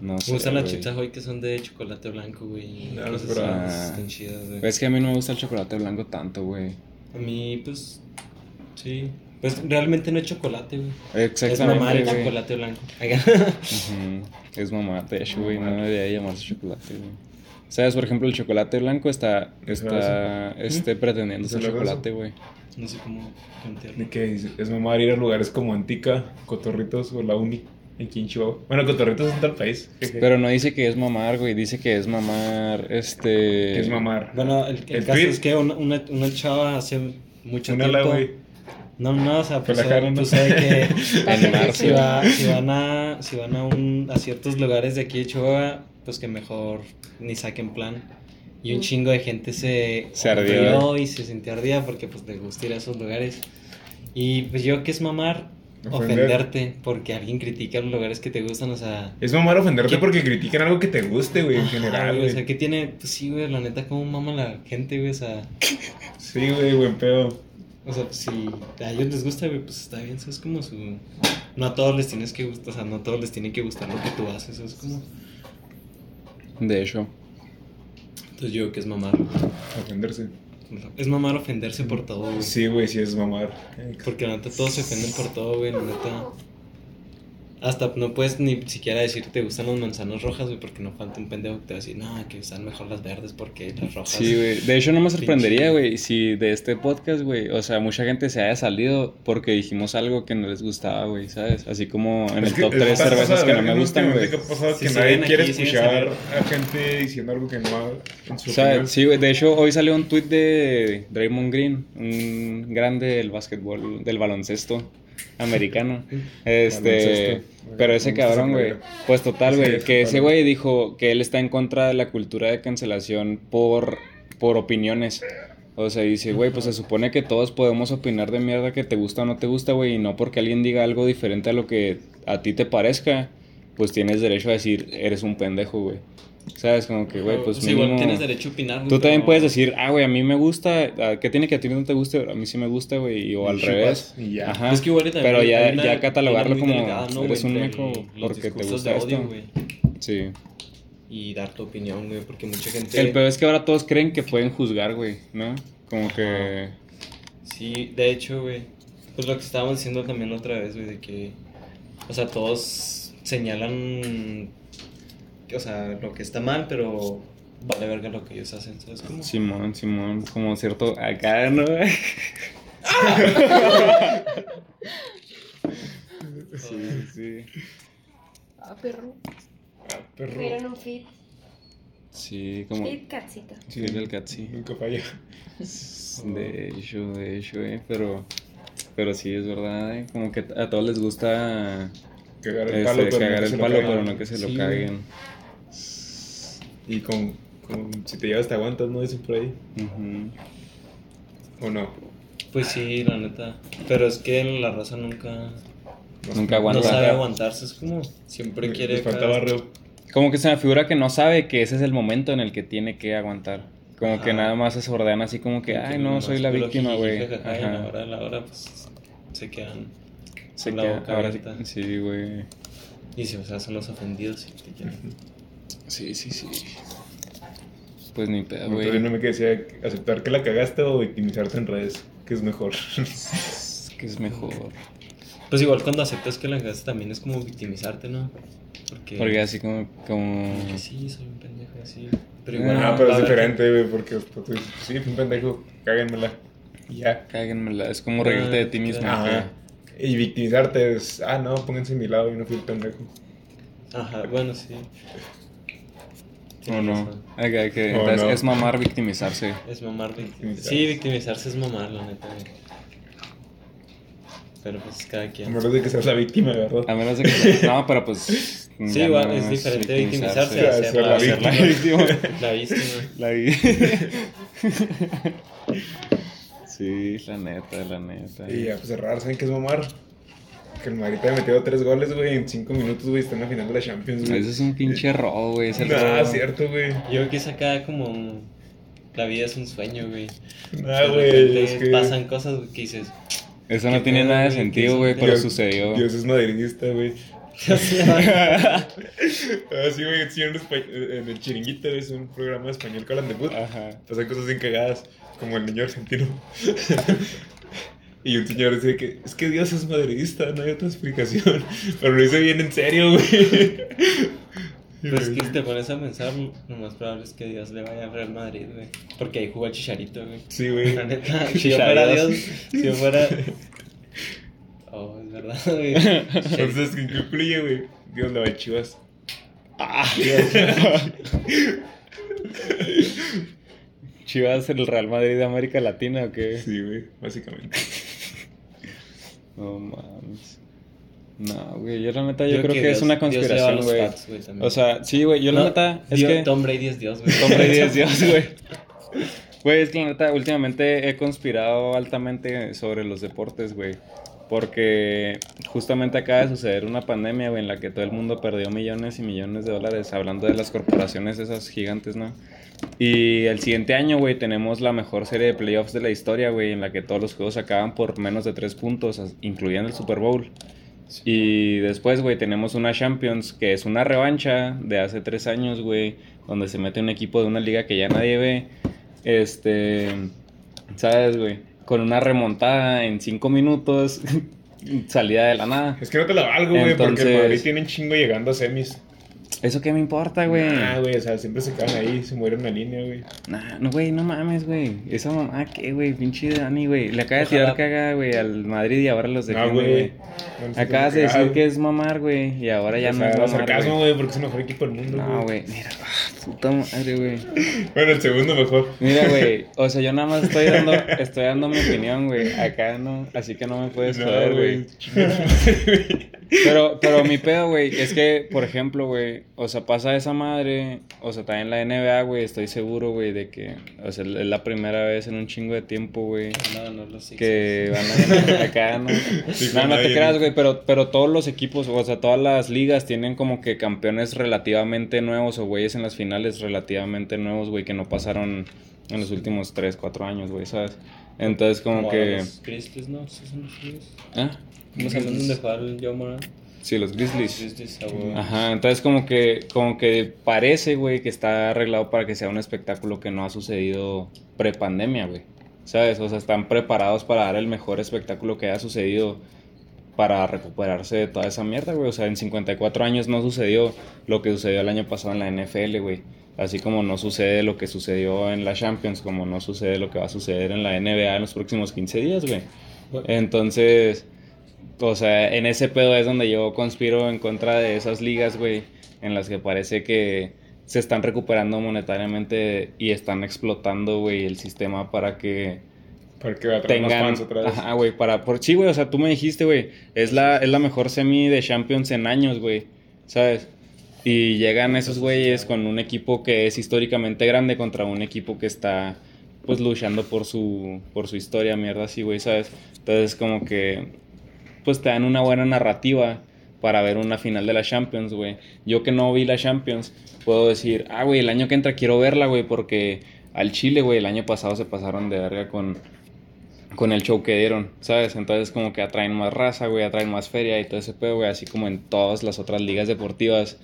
S2: No sé,
S3: Me gustan las
S2: güey.
S3: chips Ahoy que son de chocolate blanco, güey.
S1: No,
S3: Cosas
S1: pero-
S3: así,
S2: Ah.
S3: Están chidas, güey.
S2: Es que a mí no me gusta el chocolate blanco tanto, güey.
S3: A mí, pues. Sí. Pues realmente no es chocolate, güey. Es
S2: Exactamente,
S3: mamá el
S2: güey.
S3: chocolate blanco.
S2: Ujú, Es mamá, de hecho, güey, no debería llamarse chocolate, güey. ¿Sabes? Por ejemplo, el chocolate blanco está,
S1: Es
S2: está este,
S1: Mm.
S2: pretendiendo
S1: Es
S2: ser
S1: grasoso.
S2: chocolate, güey.
S3: no sé cómo plantearlo.
S1: De que es, es mamar ir a lugares como Antica, Cotorritos o la Uni, aquí en Chihuahua. Bueno, Cotorritos es tal país. jeje,
S2: Pero no dice que es mamar, güey, dice que es mamar, este...
S1: que es mamar.
S3: Bueno, el, el
S1: El
S3: caso
S1: tweet.
S3: es que una, una, una chava hace mucho
S1: Una la,
S3: tiempo.
S1: güey.
S3: No, no, o sea, pues,
S1: Relajaron, ¿no?
S3: pues sabe que
S2: En
S3: si,
S2: marzo.
S3: va- si van a, si van a, un, a ciertos lugares de aquí de Chihuahua, pues que mejor ni saquen plan. Y un chingo de gente se,
S2: Se ardió.
S3: ofendió
S1: ¿eh?
S3: y se sintió ardida porque pues les gusta ir a esos lugares. Y pues yo que es mamar,
S1: Ofender.
S3: ofenderte porque alguien critica los lugares que te gustan, o sea...
S1: Es mamar ofenderte
S3: ¿Qué?
S1: porque critican algo que te guste, güey, en
S3: ajá,
S1: general,
S3: güey, O sea,
S1: güey.
S3: que tiene, pues sí, güey, la neta, cómo mama la gente, güey, o sea...
S1: Sí, güey, buen pedo.
S3: O sea, si a ellos les gusta, güey, pues está bien, eso es como su... No a todos les tienes que gustar, o sea, no a todos les tiene que gustar lo que tú haces, eso es como...
S2: De hecho.
S3: Entonces yo creo que es mamar.
S1: Ofenderse.
S3: Es mamar ofenderse por todo, güey.
S1: Sí, güey, sí es mamar.
S3: Porque la neta todos se ofenden por todo, güey, la neta. Hasta no puedes ni siquiera decir te gustan las manzanas rojas, güey, porque no falta un pendejo que te va a decir, no, que están mejor las verdes porque las rojas.
S2: Sí, güey. De hecho, no me sorprendería, güey, si de este podcast, güey, o sea, mucha gente se haya salido porque dijimos algo que no les gustaba, güey, ¿sabes? Así como en el top 3 cervezas que no me gustan, güey.
S1: Que ha pasado
S3: Sí,
S1: que
S3: sí,
S1: nadie
S3: ven
S1: quiere
S3: aquí, sí,
S1: escuchar
S3: sí,
S1: a gente diciendo algo que no ha. En su
S2: O sea,
S1: opinión.
S2: sí, güey. De hecho, hoy salió un tweet de Draymond Green, un grande del básquetbol, del baloncesto americano. Este,
S1: Baloncesto.
S2: pero ese
S1: Baloncesto
S2: cabrón, güey.
S1: primero.
S2: Pues total,
S1: Sí,
S2: güey, que ese
S1: total.
S2: güey dijo que él está en contra de la cultura de cancelación por, por opiniones. O sea, dice, güey, pues se supone que todos podemos opinar de mierda que te gusta o no te gusta, güey, y no porque alguien diga algo diferente a lo que a ti te parezca, pues tienes derecho a decir, eres un pendejo, güey. ¿Sabes? Como que, güey, pues
S3: O sea, igual
S2: mínimo-
S3: tienes derecho a opinar, güey,
S2: Tú también
S3: pero-
S2: puedes decir, ah, güey, a mí me gusta, ah, ¿qué tiene que a ti no te guste? A mí sí me gusta, güey, y- o al
S1: Y
S2: revés.
S1: chupas, y ya.
S2: Ajá.
S3: Es que igual y también
S2: "Ah", Pero
S3: hay
S2: ya,
S3: una
S2: ya catalogarlo
S3: línea
S2: como
S3: muy delgada, ¿no,
S2: eres
S3: güey,
S2: un
S3: entre
S2: meco
S3: los
S2: porque te
S3: discursos
S2: gusta
S3: de
S2: esto.
S3: odio, güey,
S2: sí.
S3: Y dar tu opinión, güey, porque mucha gente...
S2: El peor es que ahora todos creen que pueden juzgar, güey, ¿no? Como que.
S3: Sí, de hecho, güey. Pues lo que estábamos diciendo también la otra vez, güey, de que. O sea, todos señalan. O sea, lo que está mal, pero vale verga lo que ellos hacen, ¿sabes cómo?
S2: Simón, Simón, como cierto. Acá, ¿no? sí, sí.
S4: Ah, perro.
S1: Ah, perro.
S4: Pero no fit.
S2: Sí, como.
S4: Fit catcito.
S2: Sí, del cat, sí.
S1: Nunca falla.
S2: De hecho, de hecho, eh, pero, pero sí, es verdad, eh, como que a todos les gusta
S1: Cagar
S2: este,
S1: el palo, pero no
S2: cagar
S1: que
S2: el
S1: se lo
S2: palo,
S1: caigan.
S2: pero no que se lo
S1: Sí,
S2: caguen.
S1: Y con, con- Si te llevas, te aguantas, ¿no? Dicen por ahí.
S2: Ujú.
S1: ¿O no?
S3: Pues sí, la neta. Pero es que la raza nunca.
S2: Nunca aguanta.
S3: No sabe aguantarse, es como. Siempre quiere.
S1: Les
S3: acá-
S1: falta barrio.
S2: Como que se me figura que no sabe que ese es el momento en el que tiene que aguantar. Como que
S3: Ajá.
S2: nada más se sordean así como que, ay, no,
S3: nomás
S2: soy la
S3: puro
S2: víctima,
S3: jiji,
S2: güey.
S3: jajaja, y
S2: Ajá.
S3: la hora, la hora, pues. Se quedan.
S2: Se
S3: con la
S2: queda-
S3: boca
S2: ahora sí-
S3: abierta.
S2: sí, güey.
S3: Y se, o sea, son los ofendidos y te quieren.
S2: Sí, sí, sí. Pues ni pedo,
S1: Entonces
S2: güey.
S1: no me decía aceptar que la cagaste o victimizarte en redes, que es mejor.
S2: Es que es mejor.
S3: Pues igual cuando aceptas que la cagaste también es como victimizarte, ¿no? Porque.
S2: Porque así como, como...
S3: Que sí, soy un pendejo así. Pero
S2: Ah,
S3: igual.
S1: ah,
S3: va
S1: pero
S3: a
S1: es
S3: haber
S1: diferente, güey, porque pues, tú dices, sí, fue un pendejo, cáguenmela. y Ya.
S2: Cáguenmela, es como reírte de ti mismo.
S3: Ah,
S2: güey.
S1: Ajá. Y victimizarte es, ah, no, pónganse a mi lado y no fui el pendejo.
S3: que- Ajá, bueno, sí.
S2: O
S3: Tienes
S2: no.
S3: razón.
S2: Acá que
S1: O
S2: es,
S1: no.
S2: es mamar victimizarse.
S3: Es mamar, victimizarse.
S1: Victimizarse.
S3: Sí, victimizarse es mamar, la neta. güey. Pero pues cada
S1: A
S3: quien.
S1: menos de que seas la víctima,
S2: A
S1: ¿verdad?
S2: menos de que. No, pero pues.
S3: Sí,
S2: ya
S3: igual
S2: no
S3: es diferente
S1: O
S3: victimizarse,
S1: sea,
S3: hacer
S1: ser
S3: la-
S1: la
S3: hacer
S1: víctima.
S3: la
S2: víctima.
S3: La víctima.
S2: La vi- sí, la neta, la neta.
S1: Y ya, pues cerrar, ¿saben qué es mamar? Que el Madrid te ha metido tres goles, güey, en cinco minutos, güey, está en la final de la Champions, güey.
S2: Eso es un pinche robo, güey. Es el
S1: Ah,
S2: robo.
S1: cierto, güey.
S3: Yo quise acá como. un- La vida es un sueño, güey.
S1: Ah,
S3: De
S1: güey,
S3: repente
S1: es que...
S3: Pasan cosas güey, que dices.
S2: Eso no
S3: Qué
S2: tiene
S3: pedo,
S2: nada de
S3: güey,
S2: sentido,
S3: qué
S2: güey,
S3: suerte.
S2: pero
S1: Dios-
S2: sucedió.
S1: Dios es madridista, güey. Ah, sí, güey, sí, en, espa- en el chiringuito es un programa español que hablan de fútbol.
S2: Ajá.
S1: Pasan cosas bien cagadas, como el niño argentino. y un señor dice que es que Dios es madridista, no hay otra explicación. Pero lo dice bien en serio, güey.
S3: Pues que si te pones a pensar, lo más probable es que Dios le vaya a Real Madrid, güey. Porque ahí juega Chicharito, güey.
S1: Sí, güey.
S3: La neta, si yo fuera Dios, si yo fuera. Oh, es verdad, güey.
S1: Entonces, ¿qué concluye, güey? Dios la va a chivas.
S2: Chivas, el Real Madrid de América Latina, ¿o qué?
S1: Sí, güey, básicamente.
S2: No mames. No, güey, yo la neta, yo,
S3: Yo
S2: creo que, es
S3: Dios-
S2: una
S3: Dios le va a
S2: conspiración,
S3: los
S2: güey.
S3: Pats, güey, también.
S2: O sea, sí, güey, yo la
S3: No,
S2: neta, es
S3: Dios-
S2: que Tom
S3: Tom Brady es Dios, güey.
S2: Brady es Dios, güey. Güey, es que la neta, últimamente he conspirado altamente sobre los deportes, güey. Porque justamente acaba de suceder una pandemia, güey, en la que todo el mundo perdió millones y millones de dólares, hablando de las corporaciones esas gigantes, ¿no? Y el siguiente año, güey, tenemos la mejor serie de playoffs de la historia, güey, en la que todos los juegos acaban por menos de tres puntos, as- incluyendo el Super Bowl. Y después, güey, tenemos una Champions que es una revancha de hace tres años, güey, donde se mete un equipo de una liga que ya nadie ve. Este, ¿sabes, güey? Con una remontada en cinco minutos salida de la nada.
S1: Es que no te la valgo, güey, porque
S2: Entonces-
S1: en Madrid tienen chingo llegando a semis.
S2: ¿Eso qué me importa, güey?
S1: Ah, güey, o sea, siempre se quedan ahí, se mueren la línea, güey.
S2: Nah, no, güey, no mames, güey. Esa mamá, ¿qué, güey? Pinche Dani, güey. Le acaba de tirar
S3: Ojalá.
S2: caga, güey, al Madrid y ahora los de
S1: No, güey. Este
S2: Acabas de decir que es mamar, güey, y ahora ya
S1: Ya
S2: no es
S1: no
S2: mamar,
S1: sarcasmo,
S2: güey.
S1: güey, porque es el mejor equipo del mundo.
S2: No, güey, mira, ah, puta madre, güey.
S1: Bueno, el segundo mejor.
S2: Mira, güey, o sea, yo nada más estoy dando, estoy dando mi opinión, güey. Acá no, así que no me puedes
S1: No,
S2: joder, güey. Pero, pero mi pedo, güey, es que, por ejemplo, güey, o sea, pasa esa madre, o sea, también la NBA, güey, estoy seguro, güey, de que, o sea, es la primera vez en un chingo de tiempo, güey,
S3: No, no, los Sixers.
S2: que van a ganar acá, ¿no?
S1: Sí,
S2: No,
S1: con
S2: no te
S1: nadie,
S2: creas,
S1: ¿no?
S2: güey, pero, pero todos los equipos, o sea, todas las ligas tienen como que campeones relativamente nuevos o güeyes en las finales relativamente nuevos, güey, que no pasaron en los últimos 3, 4 años, güey, ¿sabes? Entonces, como
S3: Como
S2: que...
S3: ahora Los Grizzlies, ¿no? ¿Sí son los Grizzlies?
S2: ¿Ah?
S3: Estamos hablando de jugar el Joe ah, Moran.
S2: Sí, Ah, los
S3: Los
S2: Grizzlies.
S3: Grizzlies, a huevo.
S2: Ajá, entonces como que, como que parece, güey, que está arreglado para que sea un espectáculo que no ha sucedido prepandemia, güey. ¿Sabes? O sea, están preparados para dar el mejor espectáculo que haya sucedido para recuperarse de toda esa mierda, güey. O sea, en 54 años no sucedió lo que sucedió el año pasado en la NFL, güey. Así como no sucede lo que sucedió en la Champions, como no sucede lo que va a suceder en la NBA en los próximos 15 días, güey. Entonces, o sea, en ese pedo es donde yo conspiro en contra de esas ligas, güey, en las que parece que se están recuperando monetariamente y están explotando, güey, el sistema para que
S1: Porque va a traer más
S2: tengan...
S1: fans otra vez.
S2: Ajá, güey, para... Por... Sí, güey, o sea, tú me dijiste, güey, es la, es la mejor semi de Champions en años, güey, ¿sabes? Y llegan esos güeyes con un equipo que es históricamente grande contra un equipo que está, pues, luchando por su, por su historia, mierda, así, güey, ¿sabes? Entonces, como que pues te dan una buena narrativa para ver una final de la Champions, güey. Yo que no vi la Champions, puedo decir, ah, güey, el año que entra quiero verla, güey, porque al Chile, güey, el año pasado se pasaron de verga con, con el show que dieron, ¿sabes? Entonces como que atraen más raza, güey, atraen más feria y todo ese pedo, güey, así como en todas las otras ligas deportivas,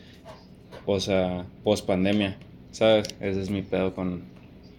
S2: o sea, post pandemia, ¿sabes? Ese es mi pedo con,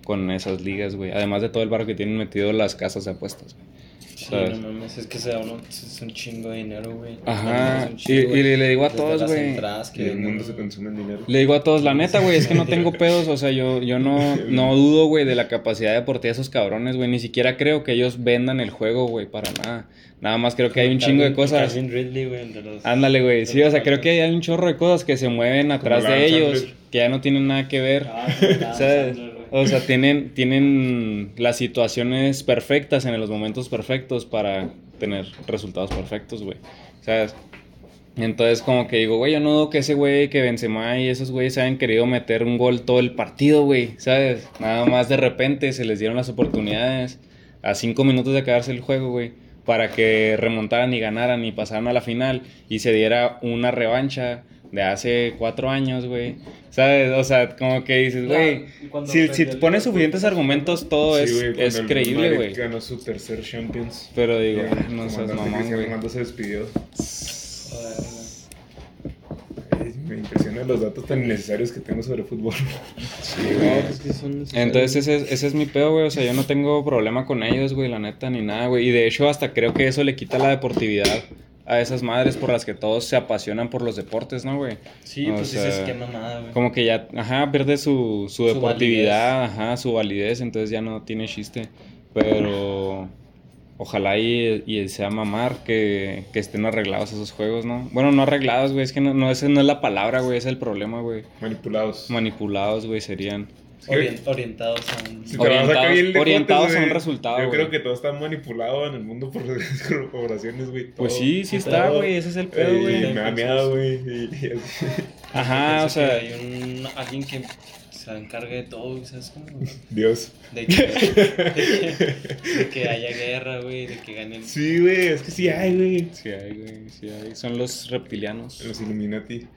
S2: con esas ligas, güey. Además de todo el barro que tienen metido las casas de apuestas, güey.
S3: Sí,
S2: ¿sabes?
S3: no mames, es que se da uno- es un chingo de dinero, güey.
S2: Ajá,
S3: Es un
S2: y-
S3: chingo,
S2: y
S3: güey.
S2: le- le digo a
S3: Desde
S2: todos,
S3: las
S2: güey.
S3: entradas que
S1: Que en el
S3: venden.
S1: mundo se consume el dinero.
S2: Le digo a todos, la neta, güey, es que no tengo pedos, o sea, yo, yo no, no dudo, güey, de la capacidad deportiva de esos cabrones, güey, ni siquiera creo que ellos vendan el juego, güey, para nada. Nada más creo que hay un chingo de
S3: Calvin-
S2: cosas.
S3: Calvin Ridley, güey, el de los-
S2: Ándale, güey, sí, o sea, creo
S3: Falcons.
S2: que hay un chorro de cosas que se mueven atrás
S1: la
S2: de
S1: Adam
S2: ellos,
S1: Sandler.
S2: que ya no tienen nada que ver.
S3: Ah,
S2: O
S3: sí, Adam
S2: sea,
S3: Sandler, güey.
S2: o sea, tienen, tienen las situaciones perfectas en los momentos perfectos para tener resultados perfectos, güey. ¿Sabes? Entonces, como que digo, güey, yo no dudo que ese güey, que Benzema y esos güeyes hayan querido meter un gol todo el partido, güey. ¿Sabes? Nada más de repente se les dieron las oportunidades a cinco minutos de acabarse el juego, güey, para que remontaran y ganaran y pasaran a la final y se diera una revancha de hace cuatro años, güey. ¿Sabes? O sea, como que dices, güey,
S3: Cuando
S2: si,
S3: perdió
S2: si
S3: el
S2: pones
S3: Liverpool,
S2: suficientes argumentos, todo
S1: Sí,
S2: es,
S1: güey, cuando
S2: es
S1: el
S2: creíble,
S1: Madrid
S2: güey.
S1: Ganó su tercer Champions.
S2: Pero digo,
S1: Y el
S2: "Ah, no seas
S1: comandante
S2: mamón,
S1: Cristiano
S2: güey.
S1: Ronaldo se despidió.
S3: Joder, güey.
S1: Ay, Me impresionan los datos tan innecesarios que tengo sobre fútbol.
S3: No, es que son-
S2: Entonces ese es, ese es mi pedo, güey. O sea, yo no tengo problema con ellos, güey, la neta, ni nada, güey. Y de hecho hasta creo que eso le quita la deportividad a esas madres por las que todos se apasionan por los deportes, ¿no, güey?
S3: Sí,
S2: o
S3: pues
S2: sea,
S3: dices qué mamada, güey.
S2: Como que ya, ajá, pierde su, su
S3: Su
S2: deportividad, ajá, su validez, entonces ya no tiene chiste. Pero ojalá y, y sea mamar que, que estén arreglados esos juegos, ¿no? Bueno, no arreglados, güey, es que no, no, esa no es la palabra, güey, ese es el problema, güey.
S1: Manipulados.
S2: Manipulados, güey, serían.
S3: Orien- orientados a un...
S1: Si te vas acá bien
S2: Orientados-
S1: lejos,
S2: orientados a un
S1: güey,
S2: resultado,
S1: Yo
S2: güey.
S1: creo que todo está manipulado en el mundo por las corporaciones, güey.
S2: Pues
S1: todo.
S2: sí, sí está,
S1: Todo.
S2: güey, ese es el pedo,
S1: Ey,
S2: güey. pues
S1: Me da miedo, güey. y- y así.
S2: Ajá, o
S3: Pienso que
S2: sea,
S3: Hay un, alguien que se encargue de todo, güey, ¿sabes cómo? güey?
S1: Dios.
S3: De que, de que, de que haya guerra, güey, de que gane el...
S1: Sí, güey, es que sí hay, güey.
S2: sí hay, güey, sí hay. Son los reptilianos.
S1: Los Illuminati.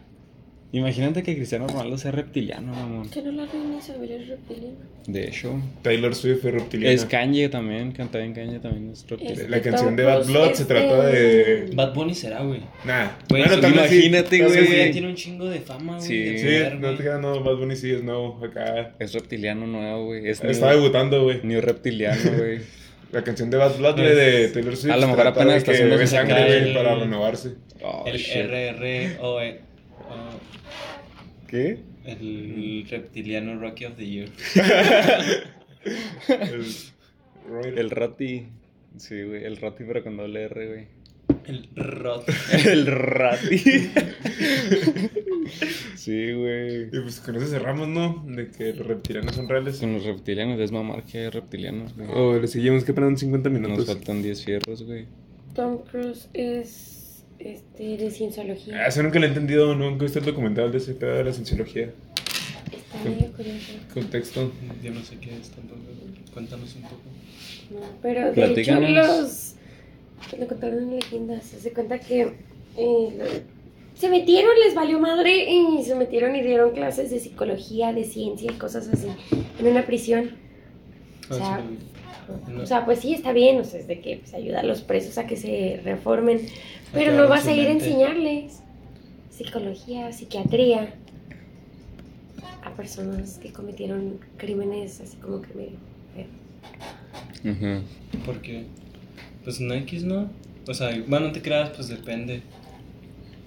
S2: Imagínate que Cristiano Ronaldo sea reptiliano, mamón.
S4: Que no la reina Isabel es reptiliana.
S2: De hecho,
S1: Taylor Swift fue reptiliana.
S2: es Kanye también, canta en Kanye también es reptiliano.
S1: La
S4: Este,
S1: canción de
S4: Tom
S1: Bad
S4: Cruise
S1: Blood
S4: es
S1: se trata de.
S3: Bad Bunny será, güey.
S1: Nah.
S3: Güey, sí,
S1: sí.
S2: pues imagínate,
S1: No sé
S3: Ese
S2: güey.
S1: si-
S3: güey ya tiene un chingo de fama, güey.
S2: Sí.
S3: de
S1: Sí,
S3: poder,
S1: no te
S3: güey.
S1: quedas, no, Bad Bunny sí es nuevo acá.
S2: Es reptiliano nuevo, güey. Es
S1: Está
S2: new,
S1: debutando, güey.
S2: new reptiliano, güey.
S1: La canción de Bad Blood, güey, de Taylor Swift.
S2: A lo mejor
S1: trataba
S2: apenas
S1: de
S2: está
S1: que
S2: haciendo
S1: bebe
S2: ese
S1: sangre,
S3: cambio.
S1: güey, para renovarse.
S2: Oh,
S3: El
S2: shit.
S3: RROE. oh,
S1: ¿Qué?
S3: El reptiliano Rocky of the Year.
S1: El Roy-
S2: El Rati. Sí, güey. El Rati, pero con doble R, güey.
S3: El Rot.
S2: El Rati. sí, güey.
S1: Y pues con eso cerramos, ¿no? De que los reptilianos son reales.
S2: Con los reptilianos, es mamar que hay reptilianos, güey.
S1: O le seguimos que paran 50
S2: Nos
S1: minutos.
S2: faltan 10 fierros, güey.
S4: Tom Cruise es este, de cienciología.
S1: Ah, Eso nunca lo he entendido, nunca he visto el documental de ese pedo de la cienciología.
S4: Está medio curioso.
S1: Contexto.
S3: Yo no sé qué es tampoco. Cuéntanos un poco.
S4: No, pero de hecho
S2: Platícanos.
S4: los cuando contaron leyendas se cuenta que eh, lo- se metieron les valió madre y se metieron y dieron clases de psicología de ciencia y cosas así en una prisión o
S2: Ah,
S4: sea, o sea, pues sí está bien o sea es de que pues, ayuda a los presos a que se reformen pero
S3: Aclarar
S4: no vas
S3: su
S4: a ir a
S3: mente.
S4: enseñarles psicología psiquiatría a personas que cometieron crímenes así como que medio feos.
S2: Ajá.
S3: Porque, pues no X no. O sea, bueno, no te creas, pues depende.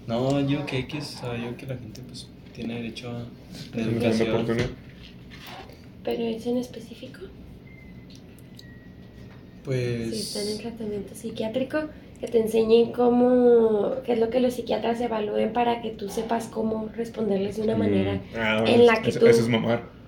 S3: No, yo digo que X, o sea, yo digo que la gente pues tiene derecho a la
S1: Una segunda
S3: educación.
S1: oportunidad.
S4: pero es en específico Si están en
S3: Pues,
S4: tratamiento psiquiátrico, que te enseñen cómo, qué es lo que los psiquiatras evalúen para que tú sepas cómo responderles de una
S2: Mm.
S4: manera.
S1: Ah,
S4: En
S1: bueno,
S4: la que
S1: eso,
S4: tú-
S1: eso es mamar.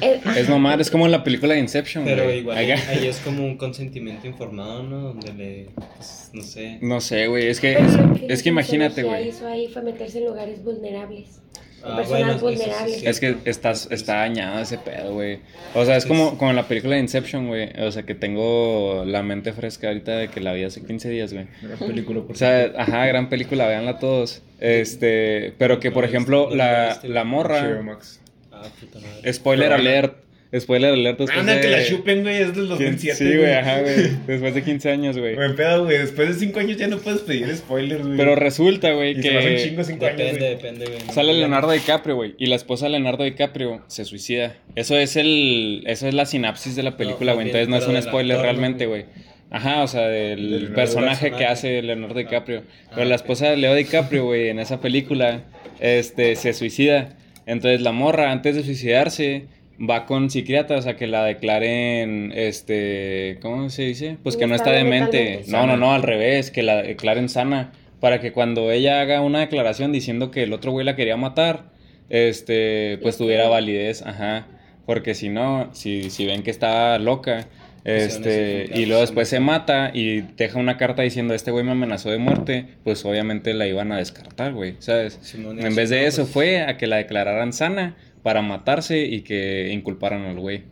S4: Eh,
S2: Es mamar, es como en la película de Inception,
S3: pero
S2: güey.
S3: igual
S2: Acá.
S3: ahí es como un consentimiento informado, ¿no? Donde le, pues, no sé.
S2: No sé, güey. Es que,
S4: pero
S2: es,
S4: lo
S2: es que
S4: la
S2: imagínate,
S4: sociología
S2: güey.
S4: hizo ahí fue meterse en lugares vulnerables.
S3: Ah,
S4: personas
S3: bueno, eso sí
S4: vulnerables.
S3: cierto.
S2: Es que estás, está dañado ese pedo, güey. O sea, es como, como en la película de Inception, güey. O sea, que tengo la mente fresca ahorita de que la vi hace 15 días, güey.
S1: Una película, por
S2: O sea, ajá, gran película, véanla todos. Este, pero que, por ejemplo, la, la
S1: Chido,
S2: morra...
S1: Max.
S3: Ah, puta madre.
S2: Spoiler alert. Spoiler alert después
S1: Anda,
S2: de...
S1: que la chupen, güey, es del
S2: quin-
S1: 2007.
S2: Sí, güey, ajá, güey. Después de 15 años, güey.
S1: Buen pedo, güey. Después de 5 años ya no puedes pedir spoilers, güey.
S2: Pero resulta, güey,
S1: Y se me hacen
S2: que...
S1: chingo 5 años,
S3: Depende,
S1: güey.
S3: depende, güey. No
S2: Sale
S3: me-
S2: Leonardo DiCaprio, güey, y la esposa de Leonardo DiCaprio se suicida. Eso es el, eso es la sinapsis de la película,
S3: más
S2: güey.
S3: bien,
S2: Entonces no es
S3: pero
S2: un
S3: del
S2: spoiler
S3: actor, ¿no?
S2: realmente, güey. Ajá, o sea, del
S1: Leonardo
S2: personaje que
S3: personaje.
S2: hace Leonardo DiCaprio.
S3: Ah,
S2: Pero la
S3: ok.
S2: esposa de Leo DiCaprio, güey, en esa película, este, se suicida. Entonces la morra, antes de suicidarse, va con psiquiatra, o sea, que la declaren, este, ¿cómo se dice? Pues que no está
S4: Inestable
S2: demente.
S4: mentalmente.
S2: No, no, no, al revés, que la declaren sana. Para que cuando ella haga una declaración diciendo que el otro güey la quería matar, este, pues tuviera validez, ajá. Porque si no, si, si ven que está loca,
S3: Pues se van a
S2: este,
S3: sacrificar,
S2: y luego
S3: se
S2: después se
S3: van
S2: mata y deja una carta diciendo, este güey me amenazó de muerte, pues obviamente la iban a descartar, güey, ¿sabes?
S3: Simón,
S2: En vez de
S3: no,
S2: eso
S3: pues,
S2: fue a que la declararan sana para matarse y que inculparan al güey.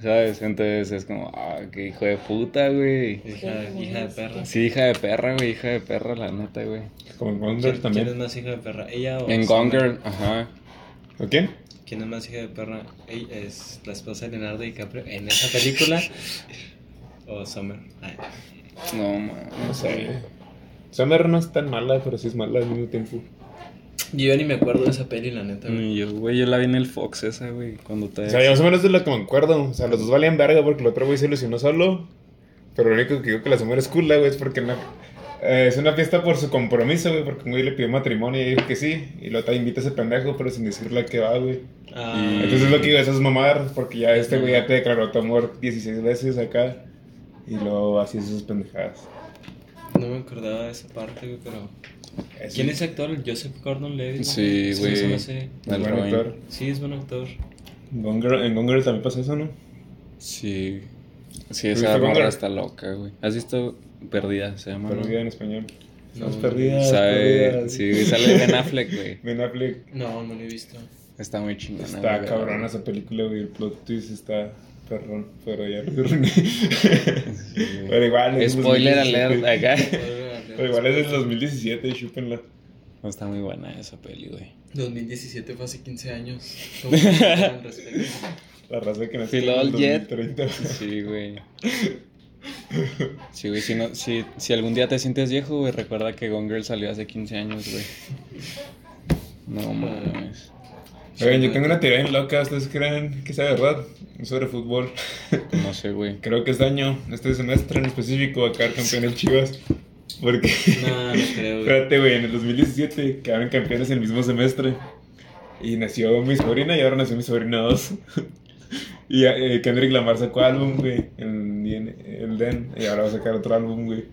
S2: ¿Sabes? Entonces es como, ah, qué hijo de puta, güey.
S3: Hija, hija de perra.
S2: Sí, hija de perra, güey, hija de perra, la neta, güey.
S1: Como en
S3: ¿Quién,
S1: Wonder
S3: quién es
S1: también.
S3: más hija de perra? ¿Ella o
S2: En
S3: Sandra?
S2: Gone Girl, ajá.
S1: ¿O quién?
S3: ¿Quién es más hija de perra? Ey, ¿Es la esposa de Leonardo DiCaprio en esa película? ¿O Summer? Ay,
S2: No, man.
S1: No sé. Summer no es tan mala, pero sí es mala al mismo tiempo.
S3: Yo ni me acuerdo de esa peli, la neta,
S1: Mm.
S3: güey.
S2: Yo, güey, yo la vi en el Fox esa, güey, cuando te...
S1: O sea, yo más o menos de lo que me acuerdo. O sea, los dos valían verga porque el otro güey se ilusionó solo. Pero lo único que digo que la Summer es cool, güey, es porque no. eh, es una fiesta por su compromiso, güey, porque un güey le pidió matrimonio y dijo que sí. Y luego te invita a ese pendejo, pero sin decirle a qué va, güey.
S3: Ah,
S1: Entonces es lo que digo, eso es mamar, porque ya este güey ya te declaró tu amor 16 veces acá. Y luego así esas pendejadas.
S3: no me acordaba de esa parte, güey, pero...
S1: Eso.
S3: ¿Quién es ese actor? ¿El Joseph Gordon-Levitt? ¿no?
S2: Sí,
S3: Se me
S2: güey.
S3: hace-
S1: Muy
S2: Al
S1: buen
S2: Robin.
S1: actor.
S3: Sí, es buen actor.
S1: Gone Girl- en Gone Girl también pasa eso, ¿no?
S2: Sí. Sí,
S1: ¿Has
S2: esa
S1: visto Gone
S2: morra
S1: Girl?
S2: está loca, güey. ¿Has visto Perdida? Se llama, ¿no?
S1: Perdida en español.
S3: No,
S1: Estamos
S3: güey.
S1: perdidas.
S2: Sabe,
S1: perdidas.
S2: sí, güey, sale Ben Affleck, güey.
S1: Ben Affleck.
S3: No, no lo he visto.
S2: Está muy chingona.
S1: Está
S2: güey,
S1: cabrona
S2: güey.
S1: esa película, güey. El plot twist está perrón, pero ya lo arruiné. Pero igual. es del
S2: Spoiler
S1: 2017.
S2: alert acá.
S1: Pero igual es del 2017, chúpenla.
S2: No está muy buena esa peli, güey.
S3: 2017 fue hace 15 años. ¿Cómo se sienten al respecto?
S1: La raza que nació en
S2: Filol
S1: el
S2: Jet.
S1: 2030.
S2: Sí, güey. Sí, güey, si, no, si, si algún día te sientes viejo, güey, recuerda que Gone Girl salió hace 15 años, güey. No mames.
S1: Oigan, yo tengo una teoría bien loca, ¿ustedes creen que sea verdad? Sobre fútbol.
S2: No sé, güey.
S1: Creo que este año, este semestre en específico, va a quedar campeón el Chivas. Porque,
S3: No, no creo, güey.
S1: espérate, güey, en el 2017 quedaron campeones el mismo semestre. Y nació mi sobrina y ahora nació mi sobrina 2. y eh, Kendrick Lamar sacó álbum, güey, en, en- el DEN. Y ahora va a sacar otro álbum, güey.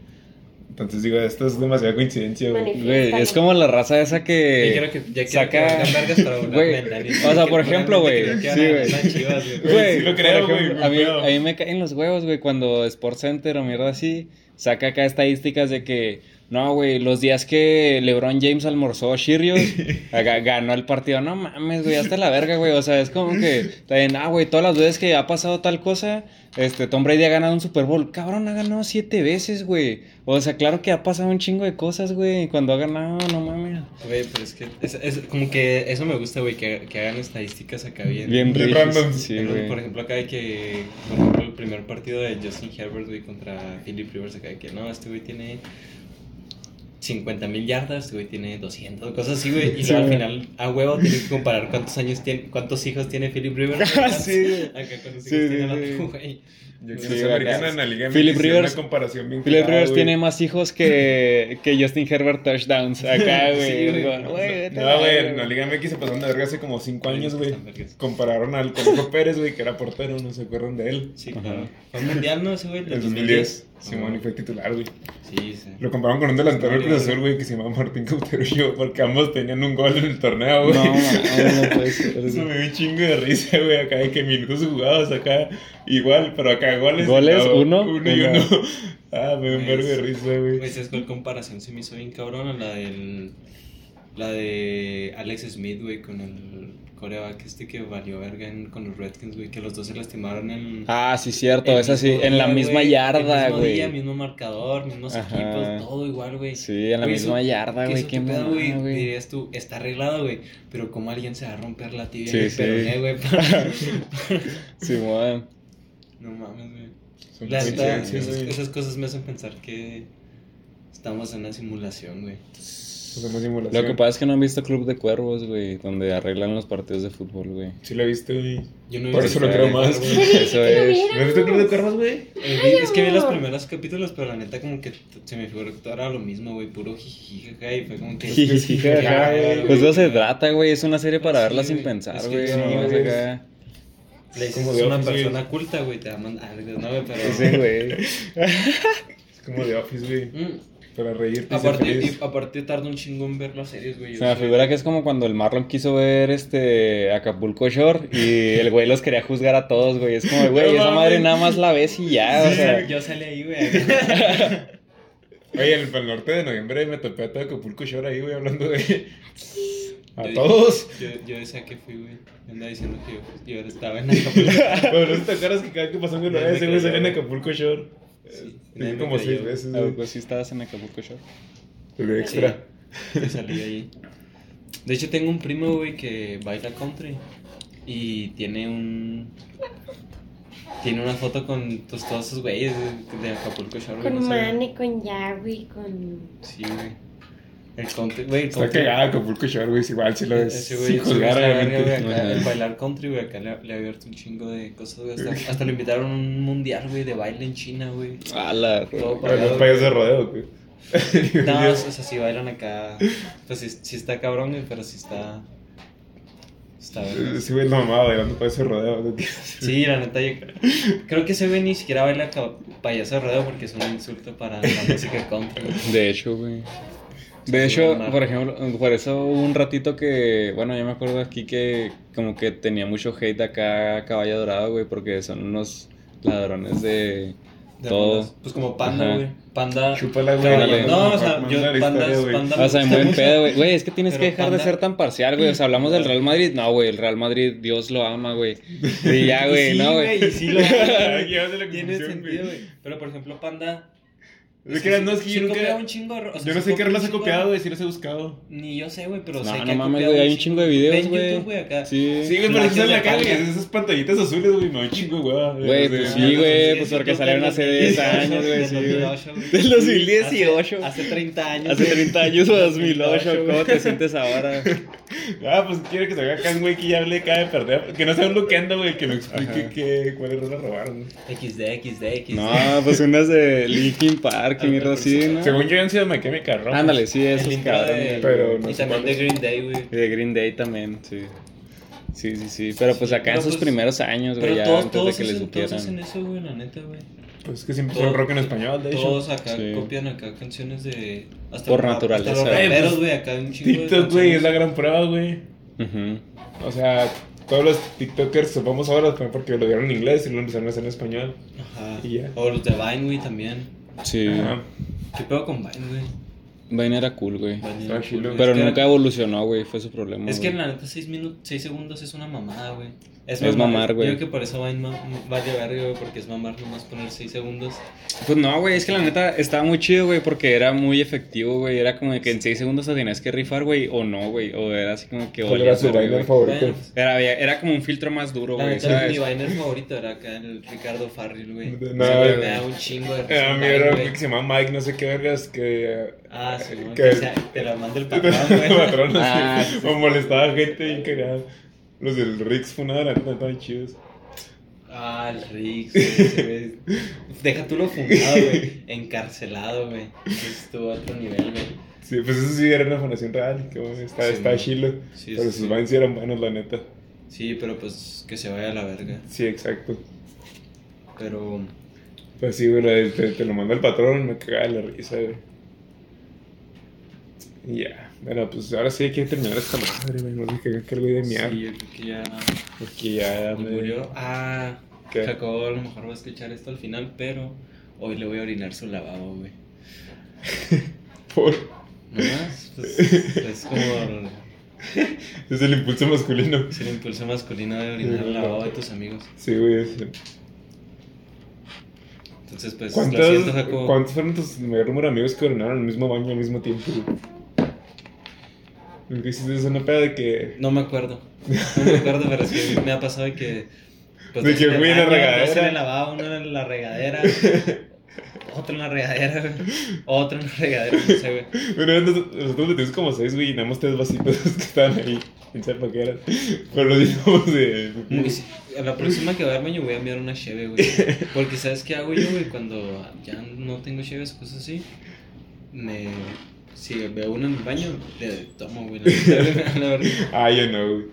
S1: Entonces digo, esto es demasiada coincidencia, güey.
S2: Güey, es como la raza esa
S3: Ya quiero
S2: que...
S3: que, ya
S2: eh,
S3: quiero
S2: saca-
S3: que valgan vergas para
S2: Güey,
S3: burlarme de nadie.
S2: o sea, por ejemplo, güey,
S3: Creo que
S2: sí,
S3: van a
S2: güey.
S3: ganar Chivas, güey.
S1: Güey, sí lo
S2: por
S1: creo, güey,
S2: ejemplo, A mí,
S1: creo.
S2: a mí me caen los huevos, güey, cuando Sports Center o mierda así saca acá estadísticas de que, no, güey, los días que LeBron James almorzó Shirios, ganó el partido. No mames, güey, hasta la verga, güey. O sea, es como que, también, ah, güey, todas las veces que ha pasado tal cosa, este, Tom Brady ha ganado un Super Bowl. Cabrón, ha ganado siete veces, güey. O sea, claro que ha pasado un chingo de cosas, güey, cuando ha ganado, no mames.
S3: Güey, pero es que es, es como que eso me gusta, güey, que, que hagan estadísticas acá bien.
S2: Bien
S1: De
S2: rico.
S1: random.
S2: Sí,
S3: Pero,
S2: güey.
S3: Por ejemplo, acá hay que, por ejemplo, el primer partido de Justin Herbert, güey, contra Philip Rivers, acá hay que, no, este güey tiene 50 mil yardas, este güey tiene 200, cosas así, güey, y
S2: Sí,
S3: luego al
S2: güey.
S3: final, a huevo, tienes que comparar cuántos años tiene, cuántos hijos tiene Philip Rivers.
S2: Ah,
S3: acá,
S2: sí, güey.
S3: Acá cuántos hijos
S2: Sí,
S3: tiene
S2: sí,
S3: el
S2: sí.
S3: otro, güey.
S1: Yo
S2: Sí,
S1: quiero ser
S2: acá.
S1: americana en la Liga MX,
S2: Philip
S1: sí,
S2: Rivers-
S1: Una comparación bien
S3: Ah,
S2: Philip
S1: clara,
S2: Rivers
S1: güey.
S2: tiene más hijos que, que Justin Herbert touchdowns acá,
S3: Sí,
S2: güey.
S3: güey.
S2: Digo, güey, vete a la
S1: No, güey,
S2: verga,
S1: en la Liga MX se pasaron de verga hace como 5 años, güey.
S3: Están vergas.
S1: Compararon al Conejo Pérez, güey, que era portero, no se acuerdan de él.
S3: Sí,
S2: Ajá.
S3: claro. Fue al mundial, ¿no? Ese güey,
S1: En 2010, Simón y fue titular, güey.
S3: Ah, Sí, sí.
S1: Lo compararon con un delantero del Cruz Azul, güey, que se llamaba Martín Cautero y yo, porque ambos tenían un gol en el torneo, güey.
S2: No, no, no puede ser.
S1: Eso me dio un chingo de risa, güey, acá de que minutos jugados acá, igual, pero acá goles.
S2: Goles,
S1: no,
S2: uno,
S1: Uno y
S2: uno.
S1: uno. Ah, me dio un vergo de risa,
S3: Güey,
S1: güey.
S3: ¿sabes cuál comparación se me hizo bien cabrona? La del. La de Alex Smith, güey, con el coreback este que valió verga en- con los Redskins, güey, que los dos se lastimaron en.
S2: Ah, sí, cierto,
S3: el
S2: es así,
S3: mismo
S2: en la
S3: día,
S2: misma
S3: güey,
S2: yarda,
S3: el mismo día,
S2: güey.
S3: mismo marcador, mismos
S2: Ajá.
S3: equipos, todo igual, güey.
S2: Sí, en la
S3: Güey,
S2: misma
S3: eso-
S2: yarda,
S3: que
S2: güey.
S3: eso
S2: Qué
S3: tu pedo,
S2: mamada,
S3: güey.
S2: güey.
S3: Dirías tú, está arreglado, güey, pero ¿cómo alguien se va a romper la tibia
S2: Sí,
S3: y el
S2: sí.
S3: peroné, güey? para-
S2: Sí, güey.
S3: no mames, güey.
S1: Son
S3: La neta,
S1: coincidencias,
S3: esas,
S1: güey.
S3: esas cosas me hacen pensar que estamos en una simulación, güey.
S1: Son una
S3: Pues
S1: simulación.
S2: Lo que pasa es que no han visto Club de Cuervos, güey, donde arreglan los partidos de fútbol, güey.
S1: Sí la viste, güey.
S3: Yo no he
S1: Por
S3: visto
S1: eso lo
S3: Club
S1: creo
S3: de
S1: más.
S3: Cuervos, güey.
S2: Eso
S4: que lo
S2: es.
S4: vieran.
S1: ¿No has visto el Club de Cuervos, güey?
S3: Eh, vi- es que vi los
S4: amor.
S3: primeros capítulos, pero la neta como que t- se me figuró que todo era lo mismo, güey, puro jijiji, jaja, y fue como que...
S2: Jiji, jaja,
S1: güey.
S2: Pues de eso se trata, güey. Es una serie para
S3: Sí,
S2: verla sin
S3: güey.
S2: pensar,
S3: Es que
S2: güey.
S3: sí,
S2: no más
S1: güey.
S2: acá.
S3: Le dices,
S1: Como
S3: es
S1: de
S3: una
S1: Office,
S3: persona culta, güey, te va a mandar... ah, No, güey, pero...
S2: Sí, güey.
S1: Es como de Office, güey.
S3: Mm.
S1: Para reírte y ser
S3: Aparte,
S1: feliz.
S3: y- aparte tarda un chingo en ver las series, güey. yo
S2: Se me
S3: soy-
S2: figura que es como cuando el Marlon quiso ver este Acapulco Shore y el güey los quería juzgar a todos, güey. Es como, güey,
S1: No
S2: esa madre
S1: mames.
S2: nada más la ves y ya, ah, o sea.
S3: Yo salí ahí, güey.
S1: Oye, en el Pal norte de noviembre me topé a todo Acapulco Shore ahí, güey, hablando de. A
S3: Yo-
S1: todos.
S3: Yo, yo decía que fui, güey. Me andaba diciendo que yo, yo estaba en Acapulco.
S1: Pero no te acuerdas que cada que pasó una
S3: Nadie
S1: vez, güey,
S3: me creyó,
S1: salía en
S3: güey.
S1: Acapulco Shore.
S3: Sí, nadie
S1: Sí,
S3: me
S1: como seis
S3: creyó.
S1: veces,
S2: Ah,
S1: güey.
S2: pues sí estabas en Acapulco Shore.
S1: Pero extra.
S3: Sí, yo salí de ahí. De hecho, tengo un primo, güey, que baila country. Y tiene un. Tiene una foto con pues, todos esos güeyes de- de Acapulco Shore, güey,
S4: Con
S3: no sé, güey.
S4: Mane, con Yahweh, con.
S3: Sí, güey. El country, güey. el
S1: Está
S3: country-
S1: cagada Acapulco Shore, güey, es igual, si lo ves.
S3: Ese güey,
S1: Sin
S3: sí, está
S1: juzgar,
S3: verga, güey,
S1: obviamente.
S3: acá,
S2: Ajá.
S3: el bailar country, güey, acá le, le ha abierto un chingo de cosas, güey. Hasta, hasta lo invitaron a un mundial, güey, de baile en China, güey.
S2: A la
S3: Todo
S1: Pero
S3: pagado,
S1: los payas de rodeo, güey.
S3: No, o sea, sí bailan acá. Pues sí, sí está cabrón, güey, pero sí está. Está verga.
S1: Sí, güey, la mamá bailando payas de rodeo. güey.
S3: Sí, la neta, yo creo que ese güey ni siquiera baila ca- payaso de rodeo porque es un insulto para la música country. güey.
S2: De hecho, güey. De
S3: Sí,
S2: hecho,
S3: Marlon.
S2: por ejemplo, por eso hubo un ratito que, bueno, yo me acuerdo aquí que como que tenía mucho hate acá a Caballo Dorado, güey, porque son unos ladrones de...
S3: De
S2: Todo.
S3: rondas. Pues como panda,
S2: Ajá.
S3: güey. Panda.
S1: Chúpala, güey.
S3: Caballo.
S2: Dale.
S3: No, o sea,
S1: Manda
S3: yo,
S1: la historia,
S3: pandas,
S1: güey.
S3: pandas.
S2: O sea, en buen pedo, güey. Güey, es que tienes
S3: Pero
S2: que dejar
S3: Panda-
S2: de ser tan parcial, güey. O sea, hablamos del Real Madrid. No, güey, el Real Madrid, Dios lo ama, güey. Y ya, güey,
S3: sí,
S2: no, güey.
S3: Y sí lo
S1: Aquí vas a la
S3: Tiene
S1: conclusión,
S3: sentido, güey. Pero por ejemplo, Panda
S1: Es que no es que
S3: sí
S1: yo nunca.
S3: copia un chingo. o sea,
S1: yo no
S3: sí
S1: sé qué
S3: copia un
S1: rolas he
S3: chingo.
S1: copiado, güey, si las he buscado.
S3: Ni yo sé, güey, pero sé
S2: No,
S3: que
S2: no
S3: ha
S2: mames,
S3: copiado
S2: güey, hay un chingo de videos,
S3: Ven YouTube, güey,
S2: güey.
S3: acá.
S1: Sí,
S2: Sí.
S1: güey, pero
S3: Claro,
S1: si salen
S3: de
S1: la calle,
S3: Palma.
S1: esas pantallitas azules, güey, me da un chingo, güey.
S2: Güey,
S1: de-
S2: pues
S3: Ah,
S1: de-
S2: sí, güey, pues
S3: Sí,
S2: porque
S3: yo
S2: salieron hace
S3: tengo
S2: 10 años, güey, sí, güey.
S3: 2008, güey.
S2: Del 2018.
S3: Hace, hace 30 años.
S2: Hace 30 años o 2008,
S3: güey.
S2: ¿cómo te sientes ahora?
S1: Ah, pues quiere que se vea acá, un güey, que ya hable acá de perder. Que no sea un loquendo, güey, que me explique
S2: Ajá.
S1: que, cuáles rolas robaron. güey.
S3: XD, XD, XD.
S2: No, pues unas de Linkin Park y mierda así, ¿no?
S1: Según yo, han sido My Chemical Romance.
S2: Ándale, sí,
S3: El
S2: esos
S3: intro
S2: cabrones.
S3: de-
S1: pero no
S3: Y
S1: sé
S3: también de
S1: cuáles.
S3: Green Day, güey.
S2: Y de Green Day también, sí. Sí, sí, sí. Pero pues acá
S3: Pero,
S2: en sus
S3: pues,
S2: primeros años, güey,
S3: Pero
S2: ya
S3: todos,
S2: antes
S3: todos,
S2: de que les
S3: hacen, todos hacen
S2: supieran.
S3: eso, güey, la neta, güey.
S1: Pues es que siempre fue rock en español, de hecho.
S3: Todos acá
S2: Sí.
S3: copian acá canciones de. Hasta
S2: Por
S3: los-
S2: naturaleza,
S3: Hasta los
S2: güey.
S3: raperos, güey, pues, acá un chingo. de
S1: TikTok, güey,
S3: canciones.
S1: es la gran prueba, güey.
S2: Ujú.
S1: O sea, todos los TikTokers vamos ahora fue porque lo vieron en inglés y lo empezaron a hacer en español.
S3: Ajá.
S1: Y ya.
S3: O los de Vine, güey, también.
S2: Sí.
S1: Ajá.
S3: ¿Qué pedo con Vine, güey?
S2: Vine era cool, güey.
S3: Vine
S1: Está
S3: era
S1: chido.
S3: cool, güey.
S2: Ah, Pero
S3: Es que-
S2: nunca evolucionó, güey, fue su problema.
S3: Es que
S2: güey.
S3: la neta 6 minutos, 6 segundos es una mamada, güey.
S2: Es mamar, güey.
S3: Yo creo que por eso va, en ma- va a llegar, güey, porque es mamar nomás poner 6 segundos.
S2: Pues no, güey, es que la neta estaba muy chido, güey, porque era muy efectivo, güey. Era como de que en 6 segundos te tenías que rifar, güey, o no, güey. O era así como que.
S1: ¿Cuál era
S2: valías
S1: su
S2: verga,
S1: baile
S2: güey.
S1: favorito?
S2: Era, era como un filtro más duro,
S3: La
S2: güey,
S3: neta, mi
S2: ¿sabes?
S3: vainer favorito era acá el Ricardo Farril, güey.
S1: No,
S3: Ese güey me
S1: güey.
S3: da un chingo de risa,
S1: A mí
S3: Vine,
S1: Ah, era un
S3: güey.
S1: güey que se llama Mike, no sé qué vergas, que...
S3: Ah, sí, no,
S1: que-
S3: que sea- te la manda el papá, Ah, güey.
S1: patrón,
S2: Ah,
S1: así, o molestaba gente bien cagada. Los del Rix Funada, la neta, estaban chidos.
S3: Ah, el Rix, güey, ese güey. Deja tú lo fundado, güey. Encarcelado, güey. Eso Estuvo a otro nivel, güey.
S1: Sí, pues eso sí era una fundación real, que bueno, está,
S3: Sí,
S1: está
S3: man.
S1: chilo.
S3: Sí,
S1: pero
S3: sí,
S1: sus
S3: sí.
S1: vines sí eran buenos, la neta.
S3: Sí, pero pues que se vaya a la verga.
S1: Sí, exacto.
S3: Pero.
S1: Pues sí, güey, la del- te, te lo mandó el patrón, me cagaba la risa, güey. Y ya, bueno, pues ahora sí hay que terminar esta madre, güey, no sé qué que el güey de miar,
S3: Sí, yo creo que ya.
S1: porque ya
S3: Me
S1: me...
S3: murió. Ah,
S1: ¿Qué?
S3: Jacobo a lo mejor va a escuchar esto al final, pero hoy le voy a orinar su lavabo, güey.
S1: Por...
S3: Nomás, pues es como el,
S1: Es el impulso masculino.
S3: es el impulso masculino de orinar el lavabo de tus amigos.
S1: Sí, güey, es-
S3: Pues, Entonces, pues, lo
S1: ¿Cuántos,
S3: siento, Jacobo.
S1: ¿Cuántos fueron tus mayor número de amigos que orinaron al mismo baño al mismo tiempo? güey? Nunca hiciste eso, una peda de que.
S3: No me acuerdo. No me acuerdo, pero es que me ha pasado de que.
S1: De
S3: dos
S1: que
S3: en el
S1: fui en la
S3: baño, dos
S1: regadera.
S3: en el lavabo, uno en la regadera. Otro en la regadera, güey. Otro en la regadera, no sé, güey.
S1: Bueno, nosotros nosotros metimos como seis, güey, y llenamos tres vasitos que estaban ahí. Quién sabe para qué eran. Pero los llenamos de.
S3: Muy- a la próxima que vaya al baño voy a enviar una cheve, güey. Porque ¿sabes qué hago yo, güey? Cuando ya no tengo cheves o cosas así, me... Si veo una en el baño, le tomo, güey. la neta, la verdad.
S1: Ah, yo no, güey.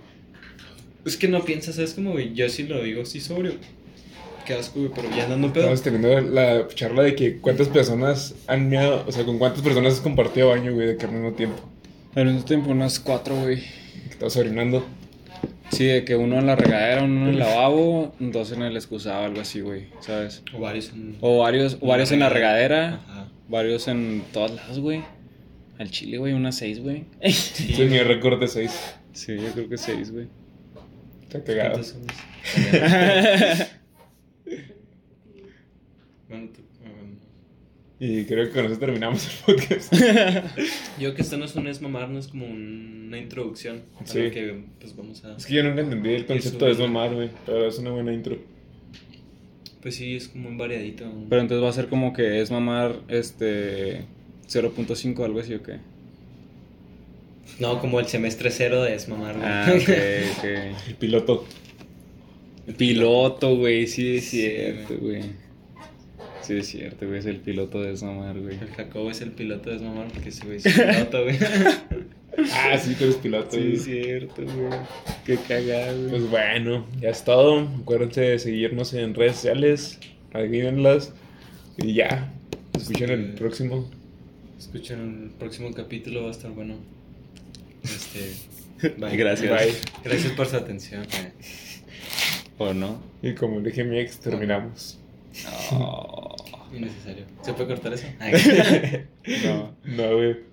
S3: es que no piensas, ¿sabes cómo, güey? Yo sí lo digo así sobrio. Qué asco, güey, pero ya andando pedo.
S1: Estamos teniendo la charla de que cuántas personas han meado, o sea, con cuántas personas has compartido baño, güey, de que al mismo tiempo.
S2: En un tiempo unas cuatro, güey.
S1: Que estabas orinando.
S2: Sí, de que uno en la regadera, uno en el lavabo, dos en el excusado, algo así, güey, ¿sabes?
S3: O varios en...
S1: Oh.
S2: O varios, o varios en la regadera,
S3: Ajá.
S2: varios en todos lados, güey. Al chile, güey, unas seis, güey.
S3: Sí.
S1: Ese es mi récord de seis.
S2: Sí, yo creo que seis, güey.
S1: Está cagado.
S3: ¿Cuántos son? Bueno, tú- ah, bueno.
S1: Y creo que con eso terminamos el podcast.
S3: Yo que esto no es un es mamar, no es como un- una introducción. A
S1: Sí.
S3: lo que pues vamos a...
S1: Es que yo nunca entendí el concepto de
S3: Eso,
S1: es mamar, güey. Pero es una buena intro.
S3: Pues sí, es como un variadito. un-
S2: Pero entonces va a ser como que es mamar, este, 0.5, algo así, ¿o qué?
S3: No, como el semestre cero de Esmamar, güey.
S2: Ah, ok,
S1: El piloto.
S2: ok. Piloto, güey, sí es
S3: Sí,
S2: cierto, güey. Sí es cierto, güey, es el piloto de es mamar, güey.
S3: El Jacobo es el piloto de Esmamar porque ese güey es un piloto, güey.
S1: Ah, sí, tú eres piloto.
S2: Sí
S1: güey.
S2: es cierto, güey. Qué cagado, güey.
S1: Pues bueno, ya es todo. Acuérdense de seguirnos en redes sociales. Adivínenlas. Y ya. Escuchen el próximo.
S3: Escuchen el próximo capítulo, va a estar bueno. Este. bye.
S2: Gracias.
S1: Bye.
S3: Gracias por su atención, güey.
S2: ¿O no?
S1: Y como le dije a mi ex, terminamos.
S2: No.
S3: Innecesario. ¿Se puede cortar eso?
S1: No, no, güey.